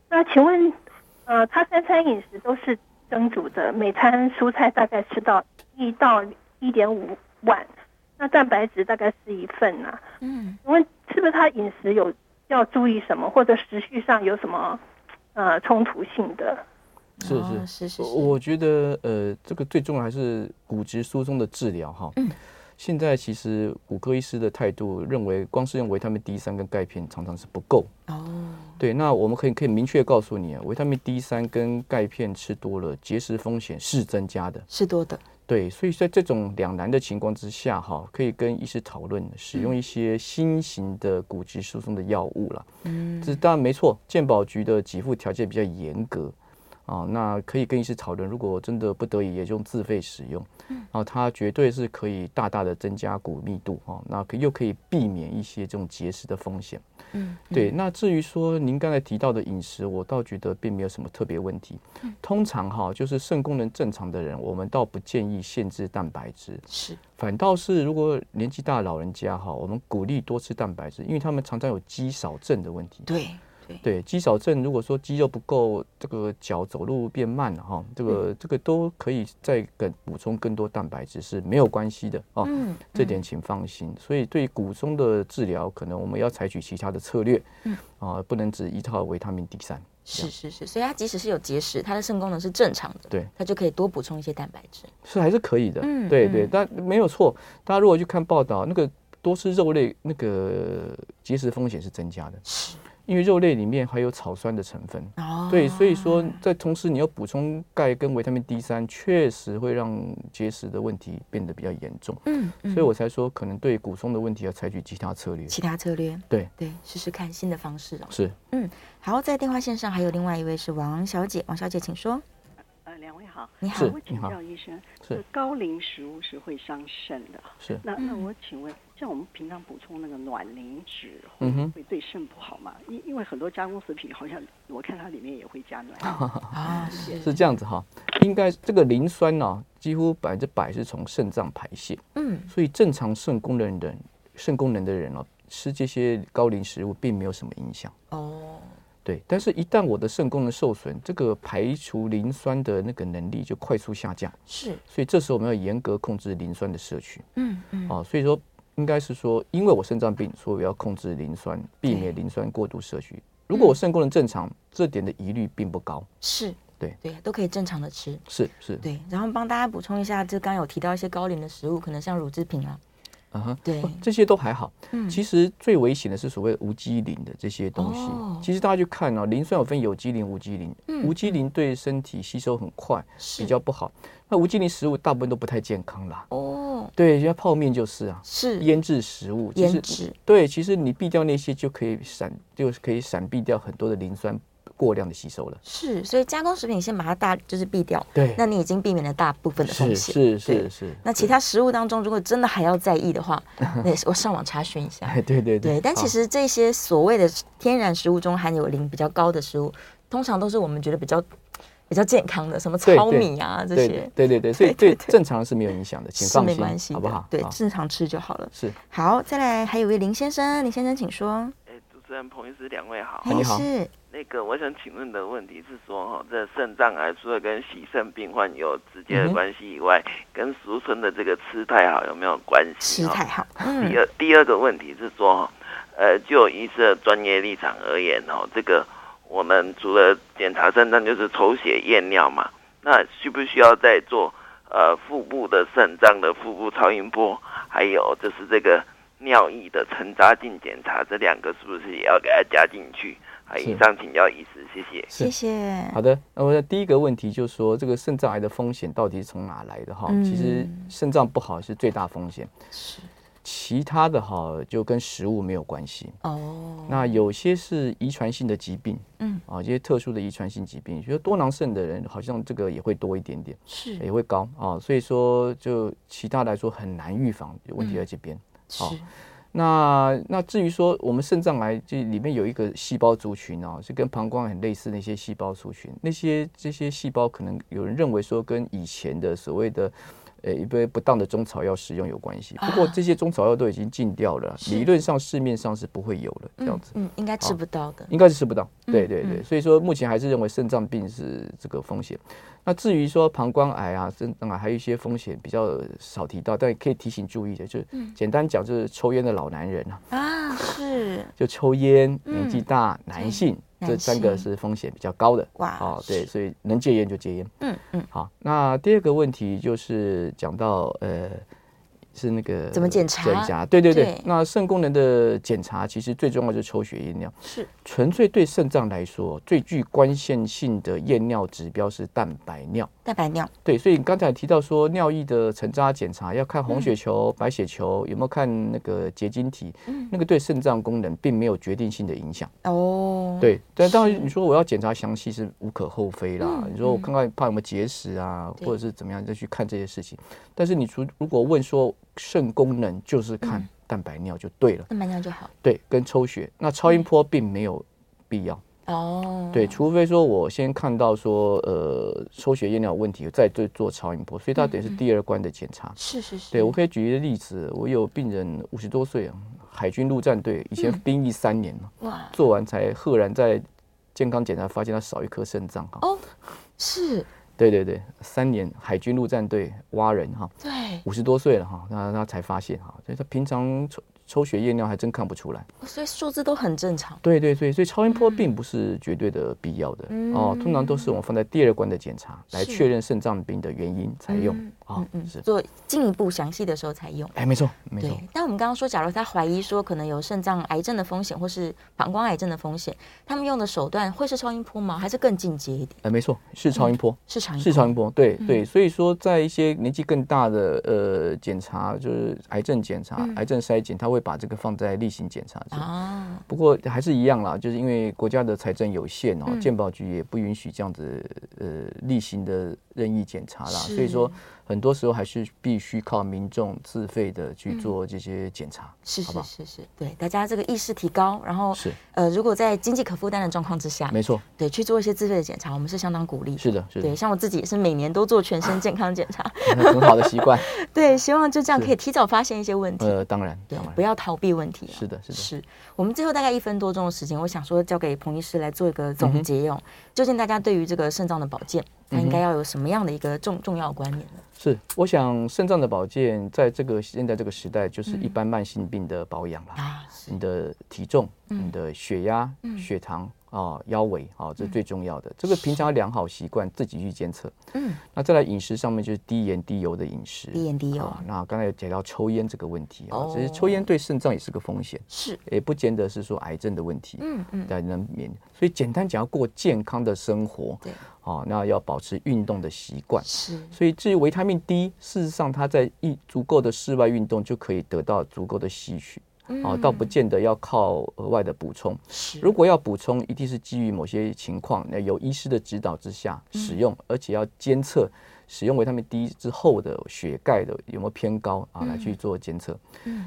Speaker 4: 那请问，呃，他三餐饮食都是蒸煮的，每餐蔬菜大概吃到一到一点五碗，那蛋白质大概是一份呐、
Speaker 2: 嗯
Speaker 4: 请问是不是他饮食有要注意什么，或者时序上有什么呃冲突性的？
Speaker 3: 是
Speaker 2: 哦是
Speaker 3: 是
Speaker 2: 是
Speaker 3: 我
Speaker 2: 是
Speaker 3: 我觉得呃，这个最重要还是骨质疏松的治疗哈。
Speaker 2: 嗯。
Speaker 3: 现在其实骨科医师的态度认为，光是用维他命 D 三跟钙片常常是不够。
Speaker 2: 哦，
Speaker 3: 对，那我们可以可以明确告诉你啊，维他命 D 三跟钙片吃多了，结石风险是增加的。
Speaker 2: 是多的，
Speaker 3: 对，所以在这种两难的情况之下，哈，可以跟医师讨论使用一些新型的骨质疏松的药物啦。
Speaker 2: 嗯，
Speaker 3: 这当然没错，健保局的给付条件比较严格啊，那可以跟医师讨论，如果真的不得已，也用自费使用，
Speaker 2: 嗯
Speaker 3: 啊，它绝对是可以大大的增加骨密度啊，那可又可以避免一些这种结石的风险。
Speaker 2: 嗯，
Speaker 3: 对，那至于说您刚才提到的饮食，我倒觉得并没有什么特别问题。通常哈，就是肾功能正常的人，我们倒不建议限制蛋白质，
Speaker 2: 是
Speaker 3: 反倒是如果年纪大的老人家哈，我们鼓励多吃蛋白质，因为他们常常有肌少症的问题。
Speaker 2: 对对
Speaker 3: 对，啊肌少症如果说肌肉不够，这个脚走路变慢了哈，
Speaker 2: 嗯
Speaker 3: 这个这个都可以再更补充更多蛋白质是没有关系的哦。
Speaker 2: 嗯
Speaker 3: 这点请放心。所以对骨松的治疗，可能我们要采取其他的策略，
Speaker 2: 嗯
Speaker 3: 啊、不能只依靠维他命 D 三。
Speaker 2: 是是是，所以他即使是有结石，他的肾功能是正常的，
Speaker 3: 对，
Speaker 2: 他就可以多补充一些蛋白质。
Speaker 3: 是还是可以的，
Speaker 2: 嗯
Speaker 3: 对
Speaker 2: 嗯
Speaker 3: 对，但没有错。大家如果去看报道，那个多吃肉类，那个结石风险是增加的，
Speaker 2: 是
Speaker 3: 因为肉类里面还有草酸的成分。
Speaker 2: 哦，
Speaker 3: 对，所以说在同时你要补充钙跟维他命 D 三，确实会让结石的问题变得比较严重，
Speaker 2: 嗯嗯，
Speaker 3: 所以我才说可能对骨松的问题要采取其他策略。
Speaker 2: 其他策略，
Speaker 3: 对
Speaker 2: 对，试试看新的方式哦。
Speaker 3: 是，
Speaker 2: 好，在电话线上还有另外一位是王小姐，王小姐请说。
Speaker 5: 呃，两位好，
Speaker 2: 你好
Speaker 5: 我
Speaker 3: 是
Speaker 5: 请
Speaker 3: 你好
Speaker 5: 教医生，
Speaker 3: 是
Speaker 5: 呃高龄食物是会伤肾的。
Speaker 3: 是
Speaker 5: 那那我请问，像像我们平常补充那个卵磷脂，会
Speaker 3: 嗯哼
Speaker 5: 会对肾不好吗？因因为很多加工食品好像我看它里面也会加卵，
Speaker 2: 啊，
Speaker 3: 是这样子哈，应该这个磷酸呢、几乎百分之百是从肾脏排泄，
Speaker 2: 嗯
Speaker 3: 所以正常肾功能的人，肾功能的人哦，吃这些高磷食物并没有什么影响。
Speaker 2: 哦，
Speaker 3: 对，但是，一旦我的肾功能受损，这个排除磷酸的那个能力就快速下降，
Speaker 2: 是，
Speaker 3: 所以这时候我们要严格控制磷酸的摄取。
Speaker 2: 嗯嗯，
Speaker 3: 哦，所以说应该是说，因为我肾脏病，所以我要控制磷酸，避免磷酸过度摄取。
Speaker 2: 嗯
Speaker 3: 如果我肾功能正常，这点的疑虑并不高。
Speaker 2: 是，
Speaker 3: 对
Speaker 2: 对，都可以正常的吃。
Speaker 3: 是是，
Speaker 2: 对，然后帮大家补充一下，就刚刚有提到一些高磷的食物，可能像乳制品啊，
Speaker 3: 嗯哼，
Speaker 2: 对
Speaker 3: 哦这些都还好。
Speaker 2: 嗯
Speaker 3: 其实最危险的是所谓无机磷的这些东西。
Speaker 2: 哦
Speaker 3: 其实大家去看啊，磷酸有分有机磷、无机磷。
Speaker 2: 嗯
Speaker 3: 无机磷对身体吸收很快，
Speaker 2: 是
Speaker 3: 比较不好。那无机磷食物大部分都不太健康啦。
Speaker 2: 哦，
Speaker 3: 对，像泡面就是啊，
Speaker 2: 是
Speaker 3: 腌制食物，其
Speaker 2: 腌
Speaker 3: 实
Speaker 2: 制，
Speaker 3: 对，其实你避掉那些就可以闪，就是可以闪避掉很多的磷酸过量的吸收了。
Speaker 2: 是，所以加工食品先把它大就是避掉，
Speaker 3: 对
Speaker 2: 那你已经避免了大部分的风
Speaker 3: 是
Speaker 2: 险。
Speaker 3: 是
Speaker 2: 对
Speaker 3: 是是。
Speaker 2: 那其他食物当中，如果真的还要在意的话，那也是我上网查询一下。
Speaker 3: 哎，对对
Speaker 2: 对，但
Speaker 3: 好
Speaker 2: 其实这些所谓的天然食物中含有磷比较高的食物，通常都是我们觉得比较比较健康的，什么
Speaker 3: 对
Speaker 2: 糙
Speaker 3: 对
Speaker 2: 米啊这
Speaker 3: 对
Speaker 2: 些，
Speaker 3: 对对对，所以
Speaker 2: 对对
Speaker 3: 对
Speaker 2: 对
Speaker 3: 正常是没有影响的，请
Speaker 2: 是
Speaker 3: 放
Speaker 2: 没
Speaker 3: 心
Speaker 2: 关系，的，
Speaker 3: 好不好？
Speaker 2: 对，
Speaker 3: 好
Speaker 2: 正常吃就好了。
Speaker 3: 是
Speaker 2: 好，再来还有一位林先生，林先生请说。
Speaker 6: 哎，主持人、彭医师，两位好。
Speaker 2: 哎
Speaker 3: 你好
Speaker 2: 是
Speaker 6: 那个，我想请问的问题是说，哈，这肾脏癌除了跟洗肾病患有直接
Speaker 3: 嗯
Speaker 6: 的
Speaker 3: 哼
Speaker 6: 关系以外，跟俗称的这个吃太好有没有关系？
Speaker 2: 吃
Speaker 6: 哈
Speaker 2: 太好，
Speaker 6: 第
Speaker 2: 嗯，
Speaker 6: 二第二个问题是说，哈，呃，就医师的专业立场而言，哈，这个我们除了检查肾脏，就是抽血验尿嘛，那需不需要再做呃腹部的肾脏的腹部超音波，还有就是这个尿液的沉扎镜检查，这两个是不是也要给它加进去？啊，
Speaker 3: 是
Speaker 6: 以上请教医师，谢谢。
Speaker 2: 谢谢。
Speaker 3: 好的，那么第一个问题就是说，这个肾脏癌的风险到底是从哪来的哈？其实
Speaker 2: 嗯
Speaker 3: 肾脏不好是最大风险，
Speaker 2: 是
Speaker 3: 其他的哈就跟食物没有关系。
Speaker 2: 哦，
Speaker 3: 那有些是遗传性的疾病，
Speaker 2: 嗯
Speaker 3: 啊，一些特殊的遗传性疾病，比如说多囊肾的人好像这个也会多一点点，
Speaker 2: 是
Speaker 3: 也会高啊，所以说就其他来说很难预防，问题在这边。
Speaker 2: 嗯是
Speaker 3: 好那那至于说我们肾脏癌这里面有一个细胞族群哦，是跟膀胱很类似的一些细胞族群，那些这些细胞可能有人认为说跟以前的所谓的。呃，一个不当的中草药使用有关系，不
Speaker 2: 啊
Speaker 3: 过这些中草药都已经禁掉了，理论上市面上是不会有了这样
Speaker 2: 嗯
Speaker 3: 子。
Speaker 2: 嗯，应该吃
Speaker 3: 好
Speaker 2: 不到的，
Speaker 3: 应该是吃不到。对对
Speaker 2: 嗯
Speaker 3: 对，所以说目前还是认为肾脏病是这个风险。那至于说膀胱癌啊、肾脏癌，还有一些风险比较少提到，但也可以提醒注意的，就是
Speaker 2: 嗯
Speaker 3: 简单讲，就是抽烟的老男人啊，
Speaker 2: 啊，是
Speaker 3: 就抽烟、
Speaker 2: 嗯
Speaker 3: 年纪大、男性
Speaker 2: 男
Speaker 3: 这三个
Speaker 2: 性
Speaker 3: 是风险比较高的。
Speaker 2: 哇
Speaker 3: 哦，对，
Speaker 2: 是
Speaker 3: 所以能戒烟就戒烟。
Speaker 2: 嗯嗯，
Speaker 3: 好，那第二个问题就是讲到呃，是那个
Speaker 2: 怎么检查
Speaker 3: 检查，对对对。
Speaker 2: 对
Speaker 3: 那肾功能的检查其实最重要就是抽血验尿。
Speaker 2: 是
Speaker 3: 纯粹对肾脏来说，最具关键性的验尿指标是蛋白尿。
Speaker 2: 蛋白尿，
Speaker 3: 对，所以你刚才提到说尿液的沉渣检查要看红血球、白血球有没有看那个结晶体，那个对肾脏功能并没有决定性的影响。
Speaker 2: 哦，，
Speaker 3: 对，但当然你说我要检查详细是无可厚非啦。你说我看看怕有没有结石啊，
Speaker 2: 对
Speaker 3: 或者是怎么样再去看这些事情。但是你除如果问说肾功能，就是看蛋白尿就对了，
Speaker 2: 蛋白尿就好
Speaker 3: 对，跟抽血。那超音波并没有必要。
Speaker 2: 哦，
Speaker 3: 对，除非说我先看到说呃抽血验尿有问题，再做做超音波，所以它等于是第二关的检查。
Speaker 2: 是是嗯是，
Speaker 3: 对，我可以举一个例子，我有病人五十多岁啊，海军陆战队以前
Speaker 2: 嗯
Speaker 3: 兵役三年了，
Speaker 2: 哇
Speaker 3: 做完才赫然在健康检查发现他少一颗肾脏哈。
Speaker 2: 哦，是
Speaker 3: 对对对，三年海军陆战队挖人哈，
Speaker 2: 对，
Speaker 3: 五十多岁了哈，那他才发现哈，所以他平常抽抽血验尿还真看不出来。
Speaker 2: 哦所以数字都很正常。
Speaker 3: 对对对，所以超音
Speaker 2: 嗯
Speaker 3: 波并不是绝对的必要的、哦，通常都是我们放在第二关的检查来
Speaker 2: 是嗯
Speaker 3: 确认肾脏病的原因才用啊、哦是，
Speaker 2: 做进一步详细的时候才用。
Speaker 3: 哎，没错没错
Speaker 2: 对，但我们刚刚说，假如他怀疑说可能有肾脏癌症的风险，或是膀胱癌症的风险，他们用的手段会是超音波吗？还是更进阶一点？
Speaker 3: 哎没错是超音波。
Speaker 2: 是超音波。
Speaker 3: 是超音波，对
Speaker 2: 嗯
Speaker 3: 对，所以说在一些年纪更大的呃检查，就是癌症检查、癌症筛检，他会把这个放在例行检查之
Speaker 2: 嗯啊，
Speaker 3: 不过还是一样啦，就是因为国家的财政有限
Speaker 2: 嗯
Speaker 3: 哦，健保局也不允许这样子呃例行的任意检查啦，
Speaker 2: 是
Speaker 3: 所以说很多时候还是必须靠民众自费的去做这些检查，
Speaker 2: 嗯是
Speaker 3: 好
Speaker 2: 是
Speaker 3: 不好？
Speaker 2: 是是，对，大家这个意识提高，然后
Speaker 3: 是
Speaker 2: 呃，如果在经济可负担的状况之下，
Speaker 3: 没错，
Speaker 2: 对，去做一些自费的检查，我们是相当鼓励。
Speaker 3: 是的，是
Speaker 2: 对，
Speaker 3: 的，
Speaker 2: 像我自己也是每年都做全身健康检查，
Speaker 3: 很好的习惯。
Speaker 2: 对，希望就这样
Speaker 3: 是
Speaker 2: 可以提早发现一些问题，
Speaker 3: 呃，当然，
Speaker 2: 对
Speaker 3: 当，然
Speaker 2: 不，要逃避问题啊。
Speaker 3: 是的，是的。
Speaker 2: 是我们最后大概一分多钟的时间，我想说交给彭医师来做一个
Speaker 3: 嗯
Speaker 2: 总结哦。究竟大家对于这个肾脏的保健，它应该要有什么样的一个重重要观念呢？
Speaker 3: 是，我想肾脏的保健，在这个现在这个时代，就是一般慢性病的保养啦。
Speaker 2: 嗯啊，是嗯
Speaker 3: 你的体重、你的血压、血糖啊、腰围啊，这最重要的。这个平常良好习惯自己去监测。
Speaker 2: 嗯，
Speaker 3: 那再来饮食上面就是低盐低油的饮食。
Speaker 2: 低盐低油
Speaker 3: 啊那刚才有提到抽烟这个问题啊
Speaker 2: 哦，
Speaker 3: 其实抽烟对肾脏也是个风险，
Speaker 2: 是，
Speaker 3: 也不见得是说癌症的问题。
Speaker 2: 嗯嗯，
Speaker 3: 才能免，所以简单讲要过健康的生活，
Speaker 2: 对，
Speaker 3: 啊，那要保持运动的习惯，
Speaker 2: 是
Speaker 3: 所以至于维他命 D，事实上它在一足够的室外运动就可以得到足够的吸取，
Speaker 2: 嗯
Speaker 3: 哦，倒不见得要靠额外的补充。
Speaker 2: 是，
Speaker 3: 如果要补充，一定是基于某些情况，那有医师的指导之下使用，而且要监测使用维他命 D 之后的血钙的有没有偏高啊，来去做监测。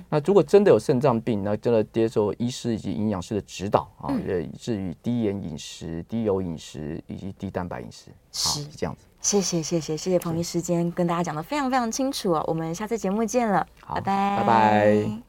Speaker 3: 那如果真的有肾脏病，那真的接受医师以及营养师的指导啊，呃，以至于低盐饮食、低油饮食以及低蛋白饮食，好
Speaker 2: 是
Speaker 3: 是这样子。
Speaker 2: 谢谢谢谢谢谢彭医师，今天跟大家讲的非常非常清楚哦。我们下次节目见了，
Speaker 3: 好
Speaker 2: 拜拜
Speaker 3: 拜拜